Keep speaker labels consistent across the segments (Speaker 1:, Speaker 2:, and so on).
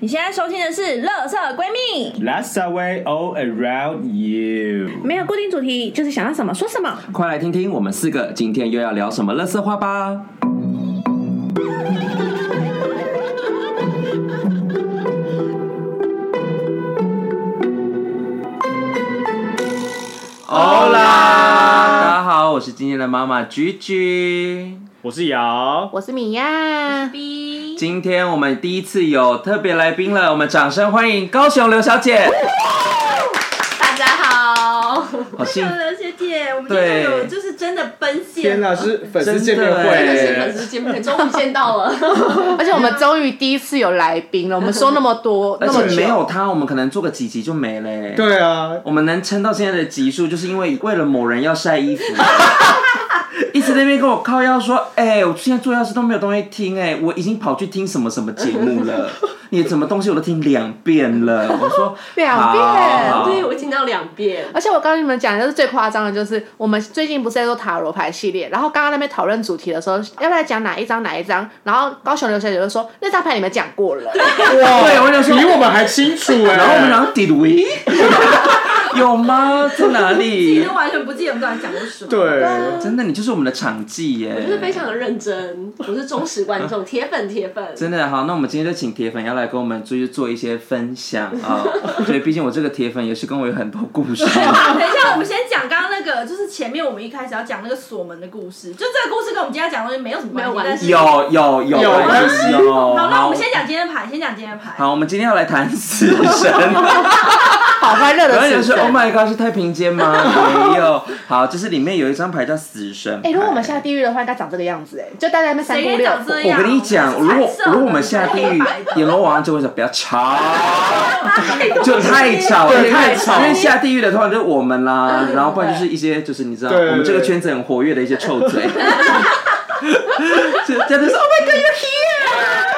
Speaker 1: 你现在收听的是《乐色闺蜜》，
Speaker 2: Let's away all around you。
Speaker 1: 没有固定主题，就是想要什么说什么。
Speaker 3: 快来听听我们四个今天又要聊什么乐色话吧！欧啦！大家好，我是今天的妈妈菊菊。
Speaker 2: 我是瑶，
Speaker 4: 我是米娅，
Speaker 3: 今天我们第一次有特别来宾了，我们掌声欢迎高雄刘小姐，
Speaker 4: 大家 好。
Speaker 3: 好幸福。
Speaker 1: 乐学姐，我们
Speaker 3: 今天有对
Speaker 1: 就是真的奔现
Speaker 5: 天哪，是粉丝
Speaker 3: 啊真
Speaker 5: 见面
Speaker 3: 的哎
Speaker 5: 会
Speaker 3: 耶
Speaker 5: 耶！
Speaker 4: 丝见面，终于见到了， 而且我们终于第一次有来宾了。我们说那么多，
Speaker 3: 而
Speaker 4: 那么
Speaker 3: 且
Speaker 4: 久
Speaker 3: 没有她，我们可能做个几集就没了耶。
Speaker 5: 对啊，
Speaker 3: 我们能撑到现在的集数，就是因为为了某人要晒衣服，一直在那边跟我靠腰说：“哎、我现在做钥匙都没有东西听、哎，我已经跑去听什么什么节目了，你什么东西我都听两遍了。”我说
Speaker 4: 两遍
Speaker 3: 好好
Speaker 6: 对，我听到两 遍。
Speaker 4: 而且我跟你们讲，就是最夸张的，就是我们最近不是在做塔罗牌系列，然后刚刚那边讨论主题的时候，要不要讲哪一张哪一张？然后高雄刘小姐就说那张牌你们讲过了，
Speaker 5: 哇，
Speaker 3: 对我就说
Speaker 5: 比我们还清楚哎。
Speaker 3: 然后我们俩底驴， 有吗？在哪
Speaker 1: 你
Speaker 3: 里
Speaker 1: 都？完全不记得我们到底讲过什么。
Speaker 5: 对，
Speaker 3: 真的，你就是我们的场记耶、
Speaker 6: 就是非常的认真，我是忠实观 众，铁粉铁粉。
Speaker 3: 真的好，那我们今天就请铁粉要来跟我们就是做一些分享啊、所以毕竟我这个铁粉也是跟我有很多故事。
Speaker 1: 等一下，我们先讲刚刚那个，就是前面我们一开始要讲那个锁门的故事，就这个故事跟我们今天要讲的东西没有什么
Speaker 6: 没有
Speaker 1: 系，
Speaker 6: 关
Speaker 1: 但
Speaker 6: 系
Speaker 1: 是
Speaker 3: 有有有
Speaker 5: 有
Speaker 3: 关系哦。
Speaker 1: 好，那我们
Speaker 3: 好
Speaker 1: 先讲今天的牌，先讲今天的牌。
Speaker 3: 好，我们今天要来谈死神，
Speaker 4: 好欢乐
Speaker 3: 然后就
Speaker 4: 的
Speaker 3: 是
Speaker 4: 事
Speaker 3: Oh
Speaker 4: 情。
Speaker 3: my God，是太平间吗？没有，好，就是里面有一张牌叫死神。
Speaker 4: 哎、如果我们下，地狱的话，应该长这个样子哎，就大家在那边三
Speaker 1: 谁
Speaker 4: 姑
Speaker 1: 会
Speaker 4: 六
Speaker 1: 长
Speaker 4: 婆
Speaker 1: 这。样？
Speaker 3: 我跟你讲，
Speaker 1: 我
Speaker 3: 如
Speaker 1: 们是
Speaker 3: 果
Speaker 1: 彩色的
Speaker 3: 如果我们下地狱
Speaker 1: 黑白，的
Speaker 3: 阎罗王就会说不要吵，就太吵，
Speaker 5: 对
Speaker 3: 因为
Speaker 5: 太吵
Speaker 3: 因为下地狱的通常就是我们啦，然后不然就是一些就是你知道，
Speaker 5: 对对对
Speaker 3: 我们这个圈子很活跃的一些臭嘴，就大家就说 Oh my God，you're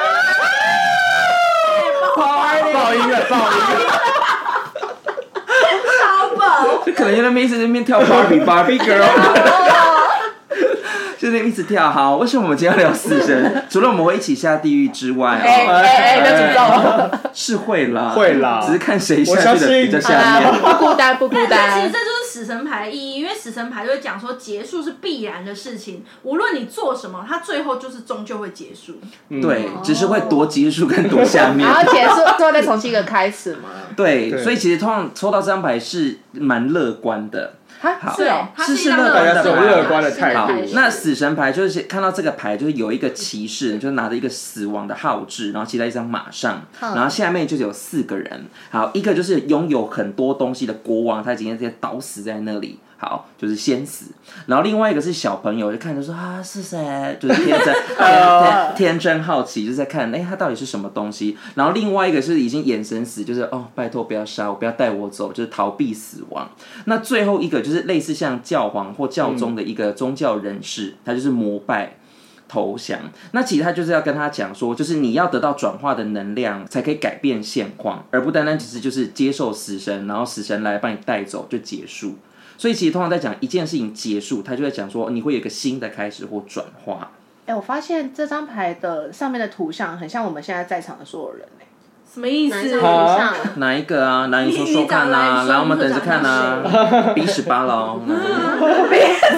Speaker 3: here，
Speaker 5: 爆音乐，爆音乐，
Speaker 1: 超棒！
Speaker 3: 就可能就在那边一直在那边跳 Barbie Barbie Girl，就在那边一直跳。好，为什么我们今天要聊死神？除了我们会一起下地狱之外，
Speaker 4: 哎
Speaker 3: 哦
Speaker 4: 哎哎，被诅咒了！
Speaker 3: 是会啦，
Speaker 5: 会啦
Speaker 3: 只是看谁
Speaker 5: 我
Speaker 3: 下
Speaker 5: 相
Speaker 3: 去的
Speaker 5: 信
Speaker 3: 比较
Speaker 4: 好
Speaker 3: 下
Speaker 4: 啦
Speaker 3: 面。
Speaker 4: 不孤单，不孤
Speaker 1: 但其
Speaker 4: 单
Speaker 1: 实这。就是死神牌的意义，因为死神牌就会讲说，结束是必然的事情，无论你做什么，它最后就是终究会结束。
Speaker 3: 对，只是会多基数跟多下面
Speaker 4: 然。后结束之后再重新一个开始嘛？
Speaker 3: 对，
Speaker 5: 对
Speaker 3: 所以其实通常抽到这张牌是蛮乐观的。
Speaker 4: 哈，是哦。
Speaker 1: 它是
Speaker 3: 是
Speaker 1: 一张
Speaker 3: 乐观的
Speaker 5: 大家是
Speaker 3: 吧
Speaker 5: 用乐观的态
Speaker 3: 好
Speaker 5: 度。
Speaker 6: 对，
Speaker 3: 那死神牌就是看到这个牌，就是有一个骑士，就拿着一个死亡的号志，然后骑在一张马上，然后下面就是有四个人，好，一个就是拥有很多东西的国王，他今天直接倒死在那里。好，就是先死，然后另外一个是小朋友，就看着说啊是谁，就是天真天天天真好奇，就是在看哎、他到底是什么东西。然后另外一个是已经眼神死，就是哦拜托不要杀我，不要带我走，就是逃避死亡。那最后一个就是类似像教皇或教宗的一个宗教人士，他就是膜拜。投降，那其实他就是要跟他讲说，就是你要得到转化的能量，才可以改变现况，而不单单只是就是接受死神，然后死神来把你带走就结束。所以其实通常在讲一件事情结束，他就在讲说你会有一个新的开始或转化。
Speaker 4: 哎、我发现这张牌的上面的图像很像我们现在在场的所有人、欸、
Speaker 1: 什么意
Speaker 6: 男
Speaker 1: 思
Speaker 6: 生？好像
Speaker 3: 哪一个啊？来你说
Speaker 1: 你
Speaker 3: 说看啊，
Speaker 1: 你讲来你说
Speaker 3: 来我们等着看啊。B 十八喽，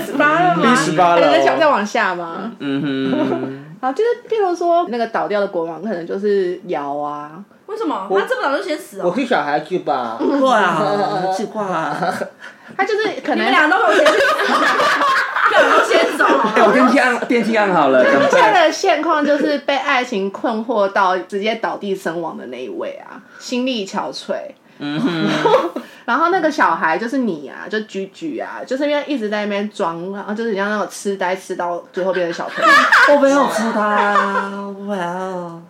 Speaker 4: 十八了
Speaker 5: 第十八
Speaker 4: 哎你在想再
Speaker 5: 了，
Speaker 4: 往下吗？
Speaker 3: 嗯 哼，
Speaker 4: 好，就是譬如说那个倒掉的国王，可能就是尧啊。
Speaker 1: 为什么？他这么早就先死
Speaker 5: 我
Speaker 1: 哦？
Speaker 5: 是小孩去吧。
Speaker 3: 哇，计划。
Speaker 4: 他就是可
Speaker 1: 你
Speaker 4: 能
Speaker 1: 们俩都没有先死，各人都先走好
Speaker 3: 哎、
Speaker 1: 吗
Speaker 3: 我电梯按电梯按好了，怎么
Speaker 4: 他
Speaker 3: 办？
Speaker 4: 的现况就是被爱情困惑到直接倒地身亡的那一位啊，心力憔悴。
Speaker 1: 嗯
Speaker 4: 然后那个小孩就是你啊，就居居啊，就是因为一直在那边装，然后就是像那种痴呆痴到最后变成小朋 友。
Speaker 3: 我没有吃它，哇哦。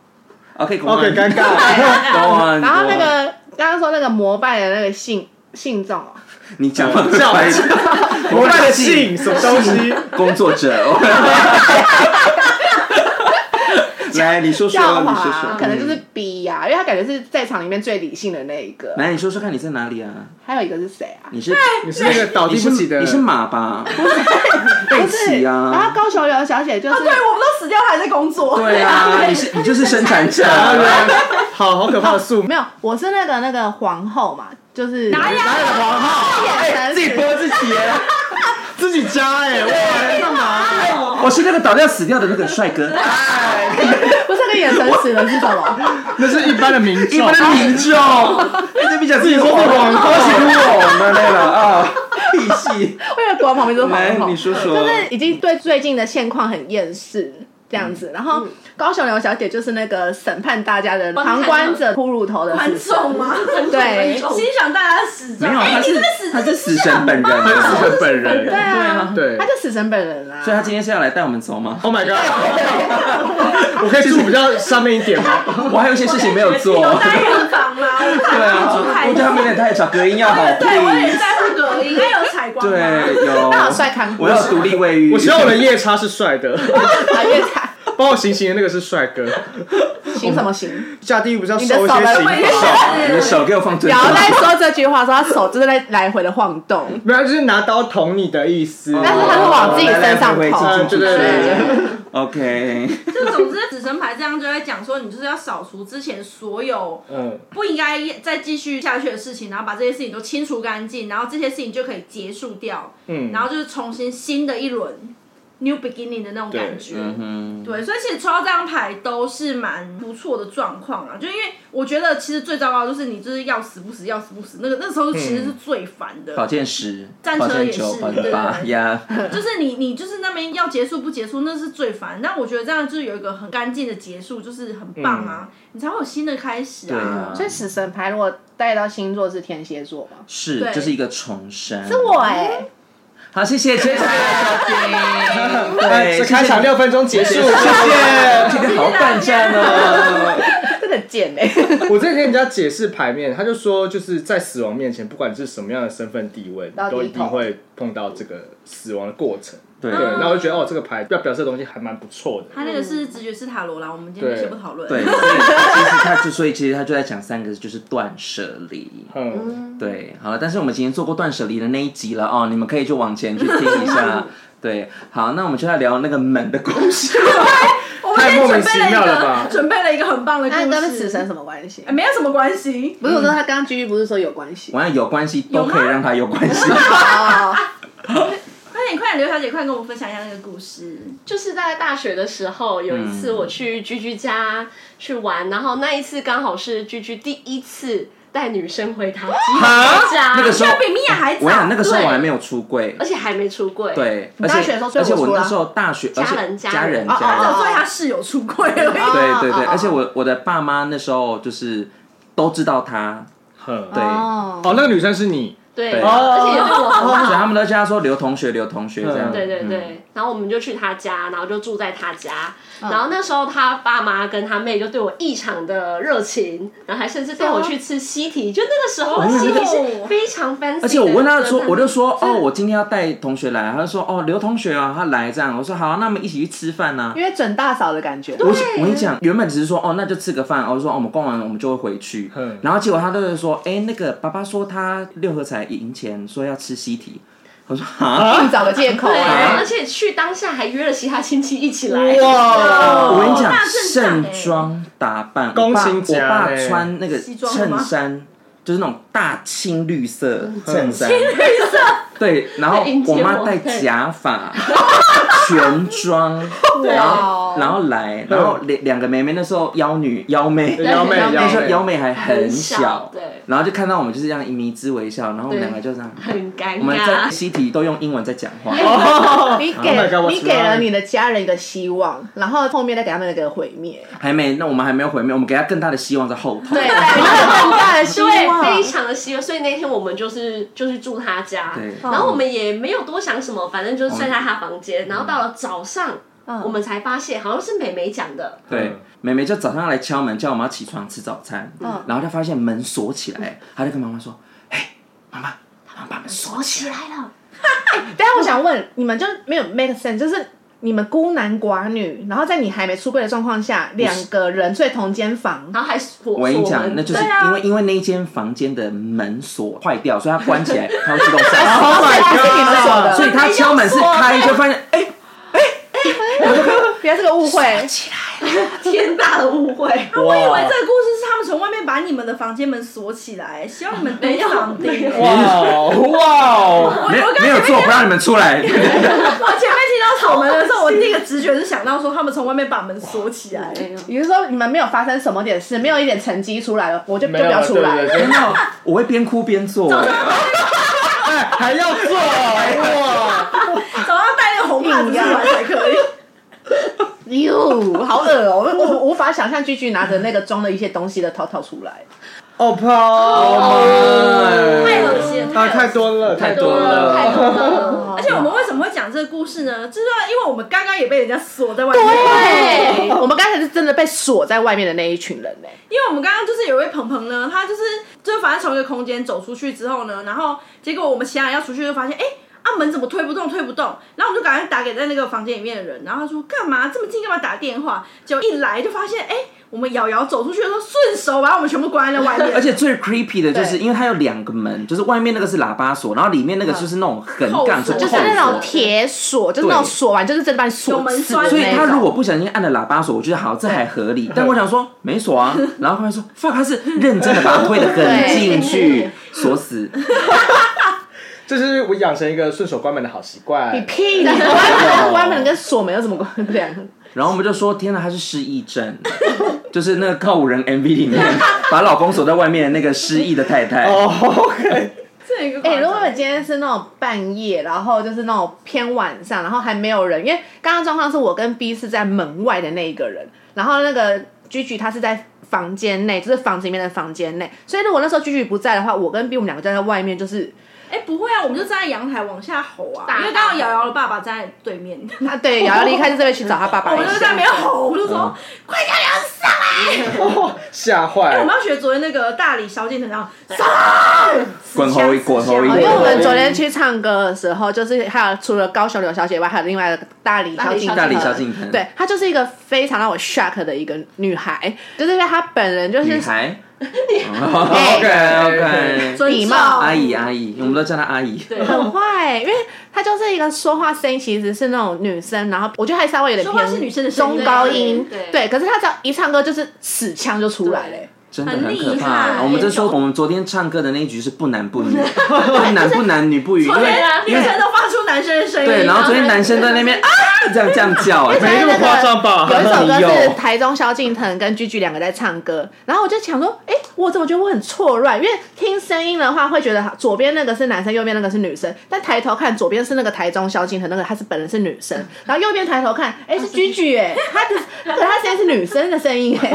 Speaker 3: OK，我
Speaker 5: OK，尴 尬。
Speaker 3: 尬
Speaker 4: 然后那个刚刚说那个膜拜的那个信信众哦，
Speaker 3: 你讲到这儿，
Speaker 5: 我带的
Speaker 3: 哦
Speaker 5: 信什么东西？
Speaker 3: 工作者。来，你说说，
Speaker 4: 笑
Speaker 3: 你嗯
Speaker 4: 话
Speaker 3: 说
Speaker 4: 啊
Speaker 3: 说，，
Speaker 4: 可能就是逼呀、因为他感觉是在场里面最理性的那一个
Speaker 3: 嗯。。来，你说说看你在哪里啊？
Speaker 4: 还有一个是谁啊？
Speaker 3: 你是
Speaker 5: 你是那个倒地
Speaker 3: 你是
Speaker 5: 哦不起的，
Speaker 3: 你是马吧？
Speaker 4: 不
Speaker 3: 贝
Speaker 4: 是
Speaker 3: 奇
Speaker 4: 然后
Speaker 3: 啊，
Speaker 4: 高雄有小姐就是
Speaker 1: 对，我们都死掉了还在工作。
Speaker 3: 对啊，你是你就是生产 者。
Speaker 5: 啊好好可怕的树，
Speaker 4: 没有，我是那个那个皇后嘛，就是
Speaker 1: 哪有
Speaker 5: 哪有皇后？
Speaker 4: 变成
Speaker 3: 哎
Speaker 5: 自己播自己啊耶，自己加哎，哇，干嘛？
Speaker 3: 我是那个倒掉死掉的那个帅哥，
Speaker 4: 不是那个眼神死的是什 么？
Speaker 5: 那是一般的民众，
Speaker 3: 一般的民众，你这边讲自己
Speaker 5: 说是广告
Speaker 3: 写我们来了啊，屁戏。
Speaker 4: 为了国旁边就是
Speaker 3: 来
Speaker 4: 皇，后
Speaker 3: 你，说说，
Speaker 4: 就是已经对最近的现况很厌世。这样
Speaker 3: 嗯
Speaker 4: 子，然
Speaker 1: 嗯
Speaker 4: 后高雄刘小姐就是那个审判大家的
Speaker 6: 观看
Speaker 4: 旁
Speaker 6: 者
Speaker 4: 观者、扑乳头的
Speaker 1: 观
Speaker 4: 死神，
Speaker 1: 众吗？
Speaker 4: 对
Speaker 1: 欣赏大家的死
Speaker 3: 没
Speaker 1: 状。
Speaker 3: 有，
Speaker 1: 哎，
Speaker 3: 他
Speaker 1: 你这
Speaker 3: 是
Speaker 1: 个死
Speaker 3: 他
Speaker 1: 真的
Speaker 3: 是死神本人
Speaker 5: 是
Speaker 3: 啊，
Speaker 5: 他本人，
Speaker 4: 对啊，
Speaker 5: 对
Speaker 4: 她就死神本人啊。
Speaker 3: 所以他今天是要来带我们走吗？
Speaker 5: Oh my god！我可以住比较上面一点吗？
Speaker 3: 我还有一些事情没有做。
Speaker 1: 有单人房吗？我怕
Speaker 3: 对啊，
Speaker 1: 住
Speaker 3: 我
Speaker 1: 太
Speaker 3: 觉得他们有点太吵，隔音要好
Speaker 1: 对，我也
Speaker 3: please。
Speaker 1: 在乎隔音，应该有采光吧？
Speaker 3: 对，有。
Speaker 4: 那有帅看过
Speaker 3: 我要独立卫浴。
Speaker 5: 我希望我的夜叉是帅的，
Speaker 4: 啊，越惨，
Speaker 5: 帮我行刑的那个是帅哥。
Speaker 4: 行什么行？
Speaker 5: 下地狱不是要受一些刑
Speaker 4: 你的手
Speaker 5: 罚？
Speaker 3: 你的手给我放
Speaker 4: 不
Speaker 3: 尊
Speaker 4: 要
Speaker 3: 重。
Speaker 4: 再说这句话，说他手就是在来回的晃动。
Speaker 5: 没有，就是拿刀捅你的意思。
Speaker 4: 但是他是往自己身上
Speaker 3: 来来回回进
Speaker 4: 靠
Speaker 3: 进出
Speaker 5: 对对
Speaker 3: 出
Speaker 5: 对
Speaker 3: 出 OK，
Speaker 1: 就总之，死神牌这样就在讲说，你就是要扫除之前所有
Speaker 5: 嗯，
Speaker 1: 不应该再继续下去的事情，然后把这些事情都清除干净，然后这些事情就可以结束掉，
Speaker 5: 嗯
Speaker 1: 然后就是重新新的一轮 new beginning 的那种感觉。
Speaker 3: 嗯，
Speaker 1: 对，所以其实抽到这张牌都是蛮不错的状况啊，就因为我觉得其实最糟糕的就是你就是要死不死，要死不死，那个那时候其实
Speaker 5: 嗯
Speaker 1: 是最烦的，
Speaker 3: 保健十，
Speaker 1: 战
Speaker 3: 保
Speaker 1: 车
Speaker 3: 健
Speaker 1: 也是
Speaker 3: 九，保
Speaker 1: 对
Speaker 3: 健八
Speaker 1: 对对
Speaker 3: 呀。
Speaker 1: 就是你你就是那边要结束不结束，那是最烦。但我觉得这样就是有一个很干净的结束，就是很棒啊，
Speaker 5: 嗯
Speaker 1: 你才会有新的开始
Speaker 3: 对啊
Speaker 1: 啊。
Speaker 4: 所以死神牌如果带到星座是天蝎座嘛？
Speaker 3: 是，
Speaker 1: 对
Speaker 3: 就是一个重生。
Speaker 4: 是我哎、
Speaker 3: 好，谢谢，谢谢大家的收听。对，谢
Speaker 5: 这
Speaker 3: 谢
Speaker 5: 开场六分钟结束，谢谢。
Speaker 3: 今天好短暂哦。
Speaker 4: 真的贱哎、
Speaker 5: 我之前跟人家解释牌面，他就说就是在死亡面前，不管是什么样的身份地位，
Speaker 4: 都要
Speaker 5: 你都一
Speaker 4: 低头
Speaker 5: 定会碰到这个死亡的过程。
Speaker 3: 对
Speaker 5: 对，那我就觉得哦，这个牌要表示的东西还蛮不错的。
Speaker 1: 他那个是直觉是塔罗啦，我们今天
Speaker 5: 对
Speaker 1: 先不讨论。
Speaker 3: 对，所以其实他就所以其实他就在讲三个，就是断舍离。
Speaker 5: 嗯，
Speaker 3: 对，好了，但是我们今天做过断舍离的那一集了哦，你们可以就往前去听一 下。对，好，那我们就来聊那个门的故事。
Speaker 1: 我们今天
Speaker 5: 太
Speaker 1: 准备了
Speaker 5: 莫名其
Speaker 1: 一
Speaker 5: 妙了吧
Speaker 1: 个 准备了一个很棒的故
Speaker 4: 那
Speaker 1: 事，
Speaker 4: 跟死神什么关系
Speaker 1: 哎？没有什么关系。
Speaker 4: 不是我说他刚刚居居不是说有关系？
Speaker 3: 完了，有关系都可以让他有关系。
Speaker 4: 哦，
Speaker 1: 快点快点，刘小姐，快跟我们分享一下那个故事。
Speaker 6: 就是在大学的时候，有一
Speaker 3: 嗯
Speaker 6: 次我去居居家去玩，然后那一次刚好是居居第一次带女生回她自己家，
Speaker 3: 那个时候
Speaker 1: 那比米娅还早
Speaker 3: 我想那个时候
Speaker 6: 对
Speaker 3: 我还没有出柜
Speaker 6: 而。且还没出柜，，
Speaker 3: 对，而
Speaker 4: 大
Speaker 3: 且
Speaker 4: 学的时候
Speaker 3: 而且
Speaker 4: 所以我
Speaker 3: 我
Speaker 4: 出啊
Speaker 3: 那
Speaker 4: 了
Speaker 3: 时候大学，而且
Speaker 6: 家人
Speaker 3: 家
Speaker 6: 家
Speaker 3: 人
Speaker 6: 人
Speaker 3: 家
Speaker 1: 她只有
Speaker 3: 人，
Speaker 1: 对哦她室友出柜而已。
Speaker 3: 对对对，
Speaker 4: 哦
Speaker 3: 而且我我的爸妈那时候就是都知道他，
Speaker 5: 哼，
Speaker 3: 对，
Speaker 5: 哦，那个女生是你，
Speaker 6: 对，
Speaker 3: 对
Speaker 6: 而且也对我很
Speaker 3: 所以
Speaker 6: 好。
Speaker 3: 他们都叫他说刘同学，刘同学这样。
Speaker 5: 嗯
Speaker 6: 对对
Speaker 3: 嗯，
Speaker 6: 对，然后我们就去他家，然后就住在他家，然后那时候他爸妈跟他妹就对我异常的热情，然后还甚至带我去吃西提，就那个时
Speaker 3: 哦
Speaker 6: 候西提是非常 fancy 的。
Speaker 3: 而且我问他说
Speaker 6: 真，的
Speaker 3: 我就说哦，我今天要带同学来，他就说哦，刘同学啊，他来这样。我说好，那我们一起去吃饭呐。
Speaker 4: 因为准大嫂的感觉，
Speaker 3: 我我跟你讲，原本只是说哦，那就吃个饭，我就说、哦我们逛完我们就会回去
Speaker 5: 嗯。
Speaker 3: 然后结果他就是说，哎、那个爸爸说他六合彩赢钱，说要吃西提。我说啊，
Speaker 4: 硬找个借口
Speaker 6: 对，
Speaker 4: 啊。
Speaker 6: 而且去当下还约了其他亲戚一起来。
Speaker 5: 哇
Speaker 6: 哦
Speaker 3: 我跟你讲
Speaker 1: 大，阵仗
Speaker 3: 盛
Speaker 1: 欸
Speaker 3: 装打扮，我
Speaker 5: 恭
Speaker 3: 爸
Speaker 5: 请
Speaker 3: 我
Speaker 5: 假
Speaker 3: 爸
Speaker 5: 嘞
Speaker 3: 穿那个
Speaker 1: 西装了
Speaker 3: 衬
Speaker 1: 吗
Speaker 3: 衫，就是那种大青绿色
Speaker 6: 嗯
Speaker 3: 衬衫，对，然后
Speaker 6: 在迎接
Speaker 3: 我妈
Speaker 6: 我
Speaker 3: 戴
Speaker 6: 对
Speaker 3: 假 发，全妆，
Speaker 6: 对
Speaker 3: 然
Speaker 6: 啊，
Speaker 3: 后然后来，然后两两个妹妹那时候妖女妖妹，
Speaker 5: 幺 妹
Speaker 6: 对
Speaker 3: 那时候
Speaker 5: 幺
Speaker 3: 妖妹还很
Speaker 6: 很
Speaker 3: 小
Speaker 6: 小，对
Speaker 3: 然后就看到我们就是这样迷之微笑，然后我们
Speaker 6: 对
Speaker 3: 两个就这样，
Speaker 6: 很尴
Speaker 3: 我们在
Speaker 6: 尬。哎
Speaker 3: 西体都用英文在讲话，
Speaker 4: 你
Speaker 5: Oh my
Speaker 4: 给
Speaker 5: God，what's
Speaker 4: 你给了你的家人一个希望，然后后面再给他们一个毁 灭，
Speaker 3: 还没，那我们还没有毁灭，我们给他更大的希望在后头。
Speaker 6: 对，
Speaker 4: 更大的希
Speaker 6: 对，非
Speaker 4: 望。
Speaker 6: 常的希望，所以那天我们就是就是住他家
Speaker 3: 对，哦
Speaker 6: 然后我们也没有多想什么，反正就是睡在他房间，然后到了早上，
Speaker 3: 嗯
Speaker 6: 我们才发现好像是美美讲的，
Speaker 3: 对
Speaker 5: 嗯，
Speaker 3: 妹妹就早上来敲门，叫我们要起床吃早餐，然后她发现门锁起来，她就跟妈妈说：“嘿，妈妈，他们把门锁
Speaker 6: 我
Speaker 3: 起
Speaker 6: 起
Speaker 3: 来。
Speaker 6: 来了，
Speaker 4: 但我想问，你们就没有 make sense，就是你们孤男寡女，然后在你还没出柜的状况下，两个人睡同间房，
Speaker 6: 然后还锁
Speaker 3: 我跟你讲，那就是因为、
Speaker 6: 对啊
Speaker 3: 因为那间房间的门锁坏掉，所以它关起来，它会自动下锁。Oh
Speaker 4: 而且是你们锁
Speaker 3: 所
Speaker 4: 的，
Speaker 3: 以他敲门是开，就发现哎、
Speaker 4: 别这个误会。
Speaker 6: 天大的误会。
Speaker 1: 我以为这个故事是他们从外面把你们的房间门锁起来，希望你 们没有房顶。
Speaker 2: 哇哦哇哦！
Speaker 3: 没有没有做，不让你们出来。
Speaker 1: 我前面听到锁门的时候，我第一个直觉是想到说他们从外面把门锁起来。
Speaker 6: 没有
Speaker 4: 你是说你们没有发生什么点事，没有一点成绩出来了，我就就
Speaker 5: 没
Speaker 4: 不
Speaker 5: 有
Speaker 4: 要
Speaker 5: 了，
Speaker 4: 出
Speaker 5: 对
Speaker 4: 来
Speaker 5: 对
Speaker 4: 了。
Speaker 5: 对，
Speaker 3: 我会边哭边做，
Speaker 5: 哎，还要做
Speaker 3: 哎
Speaker 5: 哇！
Speaker 1: 早上带那个红帕子出来才可以。
Speaker 4: 哟，好恶哦、我我我无法想象居居拿着那个装了一些东西的逃逃出来。
Speaker 5: 哦
Speaker 3: Oh
Speaker 5: 抛，
Speaker 1: 太恶心了
Speaker 5: 啊，太多了，太
Speaker 3: 多了
Speaker 6: 太
Speaker 5: 嗯
Speaker 6: 多了。
Speaker 4: 哦
Speaker 1: 而且我们为什么会讲这个故事呢？就是因为我们刚刚也被人家锁在外面。
Speaker 4: 对，我们刚才是真的被锁在外面的那一群人呢、
Speaker 1: 因为我们刚刚就是有一位鹏鹏呢，他就是就反正从一个空间走出去之后呢，然后结果我们其他人要出去就发现，哎、啊门怎么推不动，推不动，然后我们就赶快打给在那个房间里面的人，然后他说干嘛这么近，干嘛打电话？结果一来就发现，哎、我们瑶瑶走出去的时候，顺手把我们全部关在外面，
Speaker 3: 而且最 creepy 的就是，
Speaker 4: 对
Speaker 3: 因为它有两个门，就是外面那个是喇叭锁，然后里面那个就是那种横杠，
Speaker 1: 扣锁
Speaker 3: 是
Speaker 4: 就是
Speaker 3: 扣
Speaker 4: 那
Speaker 3: 锁
Speaker 4: 种铁锁，就是那种
Speaker 3: 对
Speaker 4: 锁完就是真的把你锁
Speaker 1: 有门
Speaker 4: 死
Speaker 1: 栓
Speaker 4: 的
Speaker 3: 所以
Speaker 4: 那
Speaker 3: 他
Speaker 4: 种
Speaker 3: 如果不小心按了喇叭锁，我觉得好，这还合理。但我想说没锁啊，然后后面说 fuck，他是认真的把它推的很进 去，锁死。
Speaker 5: 这是我养成一个顺手关门的好习惯。
Speaker 4: 你屁，你关门关门跟锁没有什么关联。
Speaker 3: 然后我们就说天哪，他是失忆症，就是那个告五人 MV 里面把老公锁在外面的那个失忆的太太。
Speaker 5: 哦，OK，
Speaker 1: 这一个
Speaker 4: 哎、
Speaker 1: 哎、
Speaker 4: 如果今天是那种半夜，然后就是那种偏晚上，然后还没有人，因为刚刚状况是我跟 B 是在门外的那一个人，然后那个居居他是在房间内，就是房子里面的房间内，所以如果那时候居居不在的话，我跟 B 我们两个站在外面，就是
Speaker 1: 哎、不会啊，我们就站在阳台往下吼啊，
Speaker 6: 大
Speaker 1: 因为刚刚瑶瑶的爸爸站在对面，我
Speaker 4: 啊，对，瑶瑶离开就这边去找他爸爸一
Speaker 1: 们就在
Speaker 4: 下
Speaker 1: 那。边吼，我们就说、
Speaker 3: 嗯
Speaker 1: 快点瑶瑶上来，
Speaker 5: 吓坏
Speaker 1: 哎我
Speaker 5: 了
Speaker 1: 们。要学昨天那个大理萧敬腾那样上
Speaker 3: 滚后一滚后一
Speaker 4: 哦
Speaker 3: 滚
Speaker 4: 因为我
Speaker 3: 后
Speaker 4: 们
Speaker 3: 一
Speaker 4: 昨天去唱歌的时候，就是还有除了高雄柳小姐以外，还有另外一个大理萧敬腾
Speaker 3: 大理萧敬腾，
Speaker 4: 对，她就是一个非常让我 shock 的一个女孩，就是因为她本人就是
Speaker 3: 女孩。OK OK，
Speaker 1: 尊
Speaker 4: 礼
Speaker 1: 重
Speaker 4: 貌
Speaker 3: 阿姨阿姨，我们都叫她阿姨。
Speaker 6: 对，
Speaker 4: 很坏，因为她就是一个说话声音其实是那种女生，然后我觉得还稍微有点
Speaker 1: 说话
Speaker 4: 偏
Speaker 1: 是女生的声音
Speaker 4: 中高音，
Speaker 6: 对
Speaker 4: 对。可是她只要一唱歌，就是死腔就出来了。
Speaker 3: 真的很可
Speaker 1: 很厉
Speaker 3: 怕。
Speaker 1: 害
Speaker 3: 我们就说，我们昨天唱歌的那一局是不男不 女，不男不男，女不女，因为
Speaker 1: 对啊，
Speaker 3: 因
Speaker 1: 女
Speaker 3: 为
Speaker 1: 生都发出男生的声音。
Speaker 3: 对，然后昨天男生在那边啊，这样这样叫，
Speaker 4: 没
Speaker 5: 那么夸张吧
Speaker 4: 有一 首歌
Speaker 5: 哪里
Speaker 4: 是
Speaker 5: 有
Speaker 4: 台中萧敬腾跟居居两个在唱歌，然后我就想说，哎、我怎么觉得我很错乱？因为听声音的话，会觉得啊左边那个是男生，右边那个是女生。但抬头看，左边是那个台中萧敬腾，那个他是本人是女生，然后右边抬头看，哎、是居居哎、他的，可他现在是女生的声音哎、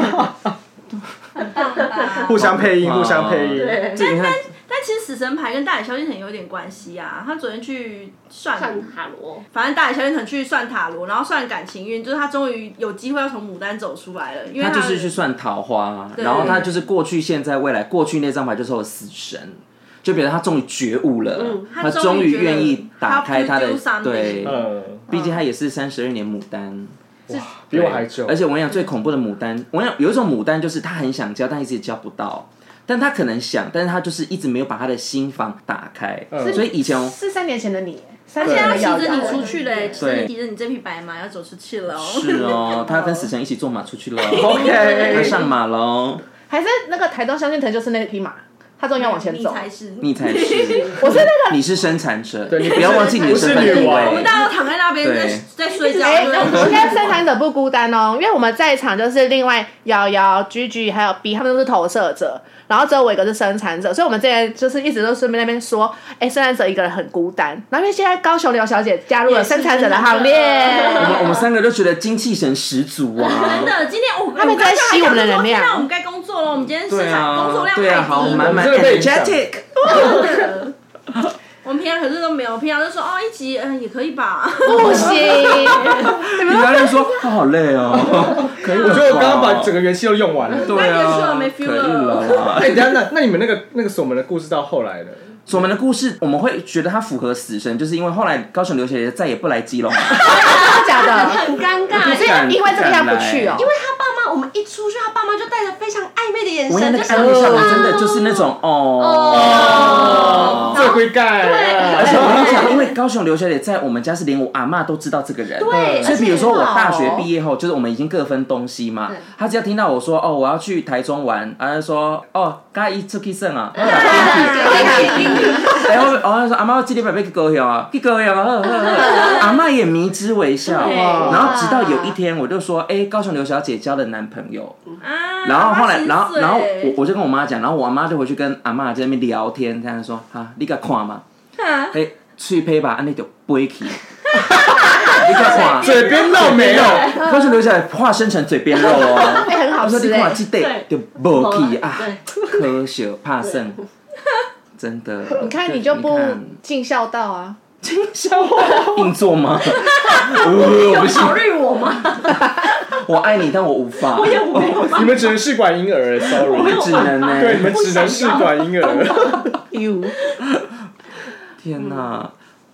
Speaker 5: 互相配音，互相配音。
Speaker 3: 对
Speaker 6: 对
Speaker 3: 这你看，
Speaker 1: 但其实死神牌跟大理萧敬腾有点关系啊。他昨天去算，
Speaker 6: 看塔罗，
Speaker 1: 反正大理萧敬腾去算塔罗，然后算感情运，就是他终于有机会要从牡丹走出来了，因为
Speaker 3: 他
Speaker 1: 的
Speaker 3: 就是去算桃花，然后他就是过去、现在、未来。过去那张牌就是我的死神，就表示他终于觉悟了，嗯他终于愿意打开他的
Speaker 1: 他终于觉得他 have to do something
Speaker 3: 对。
Speaker 5: 嗯，
Speaker 3: 毕竟他也是三十二年牡丹，
Speaker 5: 比我还久。
Speaker 3: 而且我跟你讲，最恐怖的牡丹，我跟你讲有一种牡丹就是他很想交，但一直交不到。但他可能想，但是他就是一直没有把他的心房打开，
Speaker 5: 嗯
Speaker 3: 所以以前我哦
Speaker 4: 是三年前的你、三
Speaker 1: 而且
Speaker 4: 年前
Speaker 1: 他
Speaker 4: 的
Speaker 1: 骑
Speaker 4: 瑶
Speaker 1: 着啊你
Speaker 4: 瑶。
Speaker 1: 出去嘞，骑着
Speaker 3: 对
Speaker 1: 你骑着你这匹白马要走出去了哦。
Speaker 3: 是哦，他跟死神一起坐马出去了
Speaker 5: OK
Speaker 3: 他上马喽，
Speaker 4: 还是那个台中萧敬腾就是那匹马，他终于要往前
Speaker 1: 你
Speaker 4: 走。
Speaker 1: 才是，
Speaker 3: 你才 是，
Speaker 4: 我是那个
Speaker 3: 你是生产者，
Speaker 5: 对你
Speaker 3: 你
Speaker 5: 不
Speaker 3: 不要忘记你的
Speaker 5: 不是
Speaker 3: 身份地
Speaker 5: 女王
Speaker 1: 我们
Speaker 3: 位。
Speaker 1: 大家都躺在那边在
Speaker 3: 对
Speaker 1: 在睡觉，
Speaker 4: 哎，
Speaker 1: 对不对
Speaker 4: 应该生产者不孤单哦，因为我们在场就是另外瑶瑶、居居还有 B，他们都是投射者，然后只有我一个是生产者，所以我们之前就是一直都顺便那边说，哎，生产者一个人很孤单，然后因为现在高雄刘小姐加入了生产者的行
Speaker 3: 我们
Speaker 4: 列，
Speaker 3: 我们三个都觉得精气神十足啊
Speaker 1: 真，的，今天我
Speaker 4: 他们在吸我们的能量
Speaker 1: 那我们该工作了，我们今天生
Speaker 3: 对
Speaker 1: 产工作
Speaker 3: 啊
Speaker 1: 量，太低
Speaker 3: 对啊，好
Speaker 1: 了
Speaker 3: 满满
Speaker 5: 这个被影响
Speaker 3: energetic。
Speaker 1: 我们平常可是都没有，平常就说哦一集嗯也可 以吧，
Speaker 4: 不行，
Speaker 3: 你不要乱说，我好累 哦。可以了吧，
Speaker 5: 我觉得我刚刚把整个元气都用完了。
Speaker 3: 对
Speaker 1: 那你就说了
Speaker 3: 啊
Speaker 1: 没，
Speaker 3: 可
Speaker 1: feel
Speaker 3: 以
Speaker 1: 了
Speaker 3: 了啦。
Speaker 5: 哎，等一下，那那你们那个那个锁门的故事到后来的，
Speaker 3: 左门的故事，我们会觉得它符合死神，就是因为后来高雄留学再也不来基 隆了，
Speaker 4: 真的假的？
Speaker 6: 很尴尬，
Speaker 4: 是
Speaker 6: 因为
Speaker 4: 因为这个样不去哦
Speaker 3: 因
Speaker 6: 因为他爸妈，我们一出去，他爸妈就带着非常暧昧的眼
Speaker 3: 我跟
Speaker 6: 神，
Speaker 3: 你
Speaker 6: 就
Speaker 3: 讲
Speaker 6: 是
Speaker 3: 那个安慰效果真的
Speaker 6: 啊
Speaker 3: 就是那种
Speaker 6: 哦
Speaker 3: 哦。
Speaker 5: 这归盖，
Speaker 3: 而且我跟你讲，
Speaker 6: 对
Speaker 3: 因为高雄留学的在我们家是连我阿嬷都知道这个人，
Speaker 6: 对
Speaker 3: 所以比如说我大学
Speaker 4: 而且很好哦
Speaker 3: 毕业后，就是我们已经各分东西嘛，他只要听到我说哦我要去台中玩，然后就说哦刚一出去胜 啊，然后打然后哦他说阿妈今天买杯高雄啊，去高雄啊，呵呵呵，阿嬷也迷之微笑，
Speaker 6: 对
Speaker 3: 然后直到有一天我就说哎高雄刘小姐交了男朋友，
Speaker 1: 啊，
Speaker 3: 然后后来，
Speaker 1: 八十
Speaker 3: 然后
Speaker 1: 岁
Speaker 3: 然后我我就跟我妈讲，然后我妈就回去跟阿妈在那边聊天，这样说啊，你敢看吗？
Speaker 1: 啊
Speaker 3: 哎，去配吧，安尼就飞去。你敢看？
Speaker 5: 嘴边肉没有，
Speaker 3: 高雄留下来化身成嘴边肉哦。
Speaker 4: 哎，很好
Speaker 3: 我说你
Speaker 4: 吃
Speaker 3: 看
Speaker 4: 哎
Speaker 3: 这对就
Speaker 6: 哦
Speaker 3: 无去啊，
Speaker 6: 对
Speaker 3: 可惜怕剩，真的。
Speaker 4: 你看你就不
Speaker 3: 看
Speaker 4: 尽孝道啊，
Speaker 3: 硬做 吗？呃我不行，
Speaker 6: 考虑我吗？
Speaker 3: 我爱你，但我无法，
Speaker 6: 我也没有
Speaker 5: 你们只能试管婴儿
Speaker 3: 我
Speaker 5: ，sorry，
Speaker 3: 们只能呢。
Speaker 5: 对，你们只能试管婴 儿。
Speaker 4: 哟，
Speaker 3: 天哪！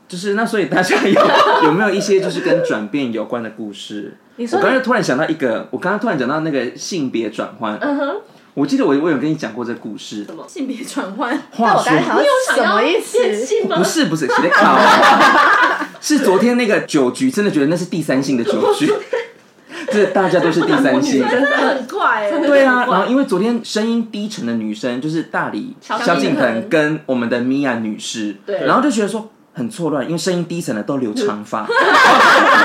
Speaker 3: 就是那，所以大家有 有没有一些就是跟转变有关的故事？
Speaker 4: 你说
Speaker 3: 我刚才突然想到一个，我刚刚突然讲到那个性别转换。
Speaker 4: 嗯
Speaker 3: 我记得我我有跟你讲过这故事。
Speaker 1: 性别转换，
Speaker 4: 那
Speaker 3: 话
Speaker 4: 我刚才
Speaker 3: 说
Speaker 4: 想到什么意思？
Speaker 6: 变性吗
Speaker 3: 不？是不是，谁在靠啊？是昨天那个酒局，真的觉得那是第三性的酒局，这大家都是第三性。
Speaker 1: 真的很怪欸，
Speaker 3: 对啊，然后因为昨天声音低沉的女生就是大理
Speaker 6: 萧
Speaker 3: 萧敬
Speaker 1: 敬
Speaker 3: 腾
Speaker 1: 腾
Speaker 3: 跟我们的米娅女士，
Speaker 6: 对
Speaker 3: 然后就觉得说很错乱，因为声音低沉的都留长发，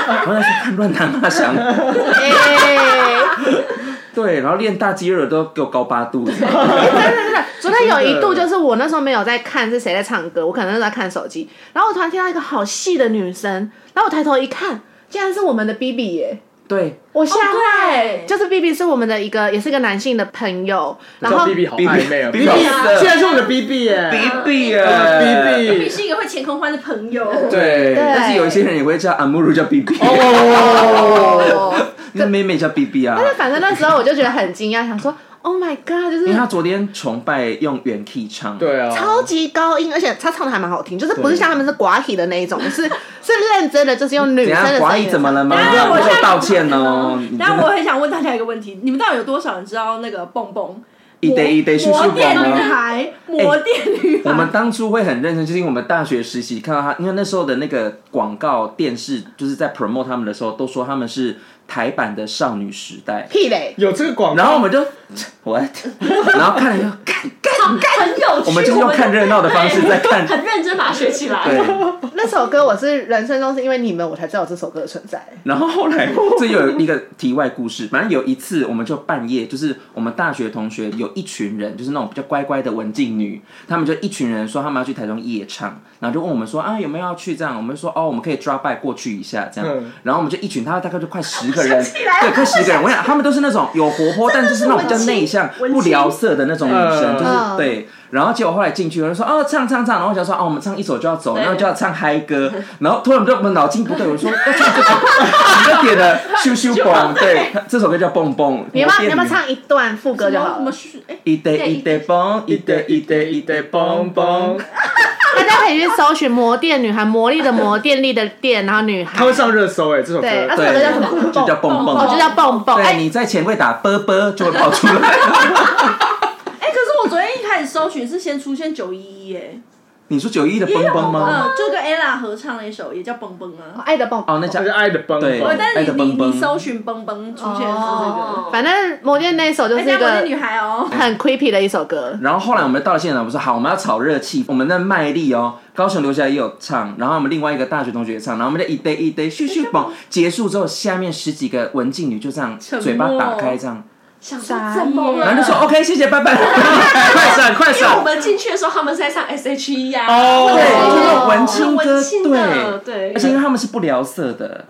Speaker 3: 然后去看乱弹骂响，
Speaker 4: 哎，
Speaker 3: 对，然后练大肌肉的都给我高八度，
Speaker 4: 昨天有一度就是我那时候没有在看是谁在唱歌，我可能是在看手机，然后我突然听到一个好细的女声，然后我抬头一看，竟然是我们的 B B 耶，
Speaker 3: 对，
Speaker 4: 我吓坏。
Speaker 1: 对，啊
Speaker 4: 就是 B B 是我们的一个，也是一个男性的朋友，然后
Speaker 5: B B 好暧昧啊
Speaker 3: B B
Speaker 5: 现在是我们的 B B 啊
Speaker 3: 比
Speaker 5: 耶
Speaker 3: 比
Speaker 5: ，B
Speaker 1: 你
Speaker 5: B，
Speaker 1: 是一个会前空翻的朋友，
Speaker 3: 对，但是有一些人也会叫阿木鲁叫 B B，
Speaker 4: 哦，
Speaker 3: 那妹妹叫 B B 啊，
Speaker 4: 但反正那时候我就觉得很惊讶，想说 Oh my God，就
Speaker 3: 因为她
Speaker 4: 是
Speaker 3: 昨天崇拜用原 key 唱，
Speaker 5: 对啊，
Speaker 4: 超级高音，而且她唱的还蛮好听，就是不是像他们是寡体的那一种，是 是认真的，就是用
Speaker 3: 等
Speaker 4: 女
Speaker 3: 一
Speaker 4: 生
Speaker 3: 下，
Speaker 4: 的
Speaker 3: 华
Speaker 4: 声
Speaker 3: 裔
Speaker 4: 音。
Speaker 3: 怎么了吗？
Speaker 1: 等一下我
Speaker 3: 我
Speaker 1: 现在
Speaker 3: 道歉哦。你真的
Speaker 1: 但我很想问大家一个问题：你们到底有多少人知道那个蹦蹦
Speaker 3: 一得一得去去
Speaker 1: 魔
Speaker 3: 广
Speaker 1: 电女
Speaker 3: 吗？哎
Speaker 1: 孩？魔电女
Speaker 3: 我们
Speaker 1: 孩，
Speaker 3: 当初会很认真，就是因为我们大学实习看到他，因为那时候的那个广告电视就是在 promote 他们的时候，都说他们是台版的少女时代，
Speaker 4: 屁嘞！
Speaker 5: 有这个广告，
Speaker 3: 然后我们就我，然后看了 就看，
Speaker 6: 很有趣，
Speaker 3: 我们就是用看热闹的方式在看，
Speaker 6: 很认真把它学起来。
Speaker 3: 对。
Speaker 4: 那首歌我是人生中是因为你们我才知道这首歌的存在。
Speaker 3: 然后后来这又有一个题外故事，反正有一次我们就半夜，就是我们大学同学有一群人，就是那种比较乖乖的文静女，他们就一群人说他们要去台中夜唱，然后就问我们说啊有没有要去这样，我们就说哦我们可以 drop by 过去一下这样，
Speaker 5: 嗯
Speaker 3: 然后我们就一群，他大概就快十个人，对，快十个人，我想他们都是那种有活泼，但就是那种比较内向、不聊色的那种女生，
Speaker 5: 嗯
Speaker 3: 就是
Speaker 4: 嗯
Speaker 3: 对。然后结果后来进去，有人说哦唱唱唱，然后我想说哦我们唱一首就要走，然后就要唱嗨歌，然后突然我们就我们脑筋不对，我说要唱这个。你就点 了咻咻蹦，对，这首歌叫蹦蹦。
Speaker 4: 你要不要你
Speaker 3: 我点
Speaker 4: 要不要？唱一段副歌就好
Speaker 1: 什么
Speaker 4: 了？
Speaker 1: 虚？哎，
Speaker 3: 一得一得蹦，一得一得一得蹦蹦。
Speaker 4: 大家可以去搜寻“魔电女孩”，魔力的魔，电力的电，然后女孩。
Speaker 5: 他会上热搜哎，这首歌
Speaker 4: 对，那首歌
Speaker 3: 对
Speaker 4: 叫什么？，
Speaker 3: 就叫蹦
Speaker 4: 哦，就
Speaker 3: 蹦。
Speaker 4: 叫蹦蹦。
Speaker 3: 对，
Speaker 4: 哎，
Speaker 3: 你在前柜打啵啵就会跑出来。
Speaker 1: 哎，可是我昨天一开始搜寻是先出现九一一，哎，
Speaker 3: 你说九一的蹦蹦吗？
Speaker 4: 啊
Speaker 1: 嗯，就跟 ella 合唱了一首，也叫蹦蹦啊。哦
Speaker 4: 爱的蹦蹦。
Speaker 3: 哦，那叫
Speaker 5: 那是爱的蹦
Speaker 3: 对
Speaker 5: 蹦，
Speaker 1: 但
Speaker 3: 爱的
Speaker 1: 是你你
Speaker 3: 哦哎蹦蹦
Speaker 1: 你搜寻蹦蹦出现的是这个，哎
Speaker 6: 哦
Speaker 4: 反正魔电那一首就
Speaker 1: 人
Speaker 4: 是一
Speaker 1: 家魔
Speaker 4: 个
Speaker 1: 电女孩哦，
Speaker 4: 很 creepy 的一首歌。
Speaker 3: 然后后来我们到了现场，我说好，我们要炒热气。我们的麦力哦，高雄留下来也有唱，然后我们另外一个大学同学也唱，然后我们就一堆一堆咻咻 蹦。结束之后，下面十几个文静女就这样
Speaker 1: 沉默
Speaker 3: 嘴巴打开这 样，
Speaker 6: 想说怎么了？
Speaker 3: 然后就说 OK，谢谢，拜拜， 快闪快
Speaker 6: 因为我
Speaker 3: 闪。
Speaker 6: 呃们进去的时候，他们是在唱 S H E 呀，
Speaker 5: 哦
Speaker 3: 对，
Speaker 5: 哦
Speaker 3: 就是那种文青歌，
Speaker 6: 文青的对
Speaker 3: 而且因为他们是不聊色的，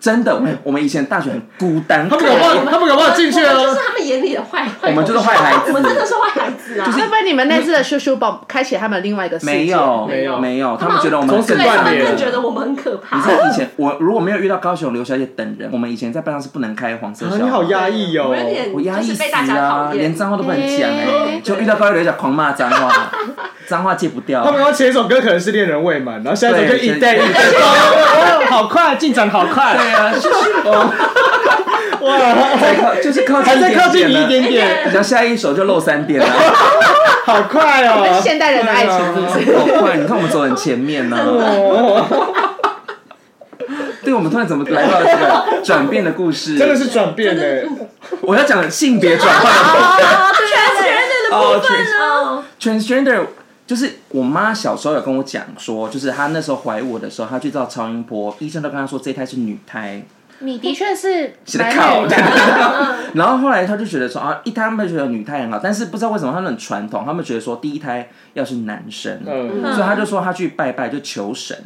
Speaker 3: 真的，我们我们以前大学很孤单，
Speaker 5: 他们搞不好，他们搞不好进去
Speaker 6: 我们就是
Speaker 5: 了，
Speaker 6: 他们眼里的坏，坏
Speaker 3: 我们就是坏孩子
Speaker 6: 我们真的是坏孩子啊！
Speaker 4: 会不会你们那次的咻咻蹦开启他们另外一个世界？
Speaker 3: 没有
Speaker 5: 没有
Speaker 3: 没有，他们
Speaker 6: 好像
Speaker 3: 觉得我们
Speaker 5: 从此
Speaker 3: 更
Speaker 6: 对他
Speaker 5: 断
Speaker 6: 们
Speaker 5: 联
Speaker 6: 更觉得我们很可怕
Speaker 3: 你。知道以前我如果没有遇到高雄刘小姐等人，我们以前在班上是不能开黄色
Speaker 5: 啊
Speaker 3: 笑
Speaker 5: 你
Speaker 3: 话。
Speaker 5: 好压抑
Speaker 6: 我
Speaker 5: 哦，
Speaker 6: 有点
Speaker 3: 我压抑
Speaker 6: 就是
Speaker 3: 死
Speaker 6: 被大家
Speaker 3: 啊
Speaker 6: 讨，
Speaker 3: 连
Speaker 6: 厌。
Speaker 3: 脏话都不能讲哎、
Speaker 4: 欸
Speaker 3: 就遇到高雄刘小姐狂骂脏话，脏话戒不掉
Speaker 5: 他。们刚前一首歌可能是恋人未满，然后下一首歌
Speaker 3: 对
Speaker 5: 一代一代，
Speaker 2: 哦好快，进展好快，
Speaker 3: 对啊，就是
Speaker 5: 哇，
Speaker 3: 再靠就是靠近
Speaker 5: 还
Speaker 3: 一
Speaker 5: 在
Speaker 3: 点
Speaker 5: 靠近你一
Speaker 3: 点
Speaker 5: 点点，
Speaker 3: 了，然后下一首就漏三 点了，
Speaker 5: 好快
Speaker 4: 这
Speaker 5: 哦
Speaker 4: 是！现代人的爱情是不是？
Speaker 3: 好快！你看我们走很前面呢、
Speaker 5: 哦，
Speaker 3: 对，我们突然怎么来到这个转变的故事？
Speaker 5: 真的是转变呢。
Speaker 3: 我要讲性别转换
Speaker 1: ，transgender 的部分呢？
Speaker 3: transgender。就是我妈小时候有跟我讲说，就是她那时候怀我的时候，她去照超音波，医生都跟她说这一胎是女胎，
Speaker 4: 你的确是
Speaker 3: 写的靠。然后后来她就觉得说啊，一胎他们觉得女胎很好，但是不知道为什么他们很传统，他们觉得说第一胎要是男生，
Speaker 5: 嗯
Speaker 3: 所以她就说她去拜拜就求神，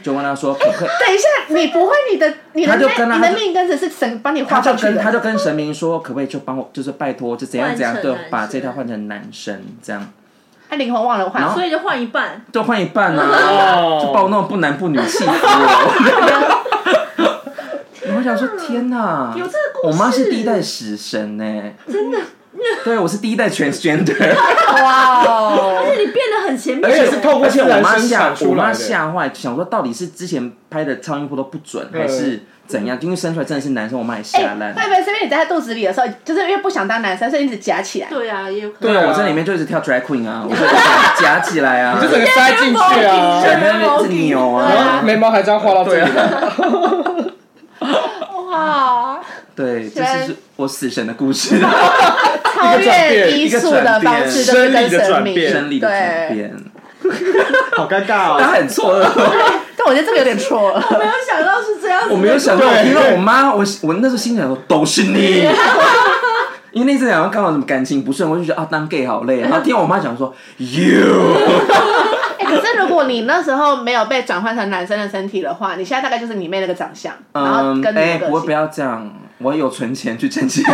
Speaker 3: 就问她说可不可以，
Speaker 4: 等一下，你不会你的你 的
Speaker 3: 他就跟
Speaker 4: 命
Speaker 3: 他
Speaker 4: 你的
Speaker 3: 就
Speaker 4: 命根子是神帮你
Speaker 3: 他
Speaker 4: 画
Speaker 3: 就
Speaker 4: 上去
Speaker 3: 跟
Speaker 4: 的，
Speaker 3: 他就跟神明说，可不可以就帮我，就是拜托，就怎样怎样，
Speaker 6: 换成
Speaker 3: 对
Speaker 6: 男，生
Speaker 3: 把这套换成男生这样，
Speaker 4: 他灵魂忘了
Speaker 3: 然
Speaker 4: 换
Speaker 3: 后，
Speaker 1: 所以就换一半，
Speaker 3: 就换一半啊， 就把我
Speaker 5: 哦，
Speaker 3: 弄得不男不女，气死我！ 我想说，天哪，
Speaker 1: 有这个故事
Speaker 3: 我妈是第一代死神呢、真的。对，我是第一代 transgender，
Speaker 4: 哇哦！
Speaker 1: 但是你变得很前面，
Speaker 5: 而且是透过
Speaker 3: 而且
Speaker 5: 自
Speaker 3: 我
Speaker 5: 然
Speaker 3: 妈
Speaker 5: 生
Speaker 3: 吓
Speaker 5: 产
Speaker 3: 我
Speaker 5: 出
Speaker 3: 妈
Speaker 5: 来的。
Speaker 3: 吓坏，想说到底是之前拍的超音波都不准，还是怎样？因为生出来真的是男生，我妈也
Speaker 4: 哎，
Speaker 3: 吓烂。
Speaker 4: 会不会是因为你在他肚子里的时候，就是因为不想当男生，所以一直夹起来？
Speaker 6: 对啊，也有可
Speaker 5: 对
Speaker 6: 能。
Speaker 5: 啊
Speaker 3: 我在里面就一直跳 drag queen 啊，我就夹起来啊，
Speaker 5: 你就整个塞进去啊，
Speaker 3: 在那边一直扭啊，
Speaker 5: 然后眉毛还这样画到这里来，
Speaker 4: 哇，
Speaker 3: 对，这
Speaker 4: 虽然
Speaker 3: 是我死神的故事，
Speaker 4: 超越低速的方式就是
Speaker 5: 一
Speaker 4: 跟神明
Speaker 5: 个转变
Speaker 3: 生理的转变，
Speaker 5: 好尴
Speaker 3: 大
Speaker 5: 尬
Speaker 3: 家
Speaker 5: 哦。
Speaker 3: 很错愕，
Speaker 4: 但我觉得这个有点 错了。
Speaker 1: 没有想到是这样子。
Speaker 3: 我没有想到，
Speaker 5: 对
Speaker 3: 因为我妈，我我那时候心想说都是你，因为那次好像刚好什么感情不顺，我就觉得啊当 gay 好累，然后听我妈讲说 you，
Speaker 4: 哎、可是如果你那时候没有被转换成男生的身体的话，你现在大概就是你妹那个长相，然后
Speaker 3: 嗯
Speaker 4: 跟，你
Speaker 3: 哎，
Speaker 4: 那个
Speaker 3: 不会不要这样，我有存钱去挣钱。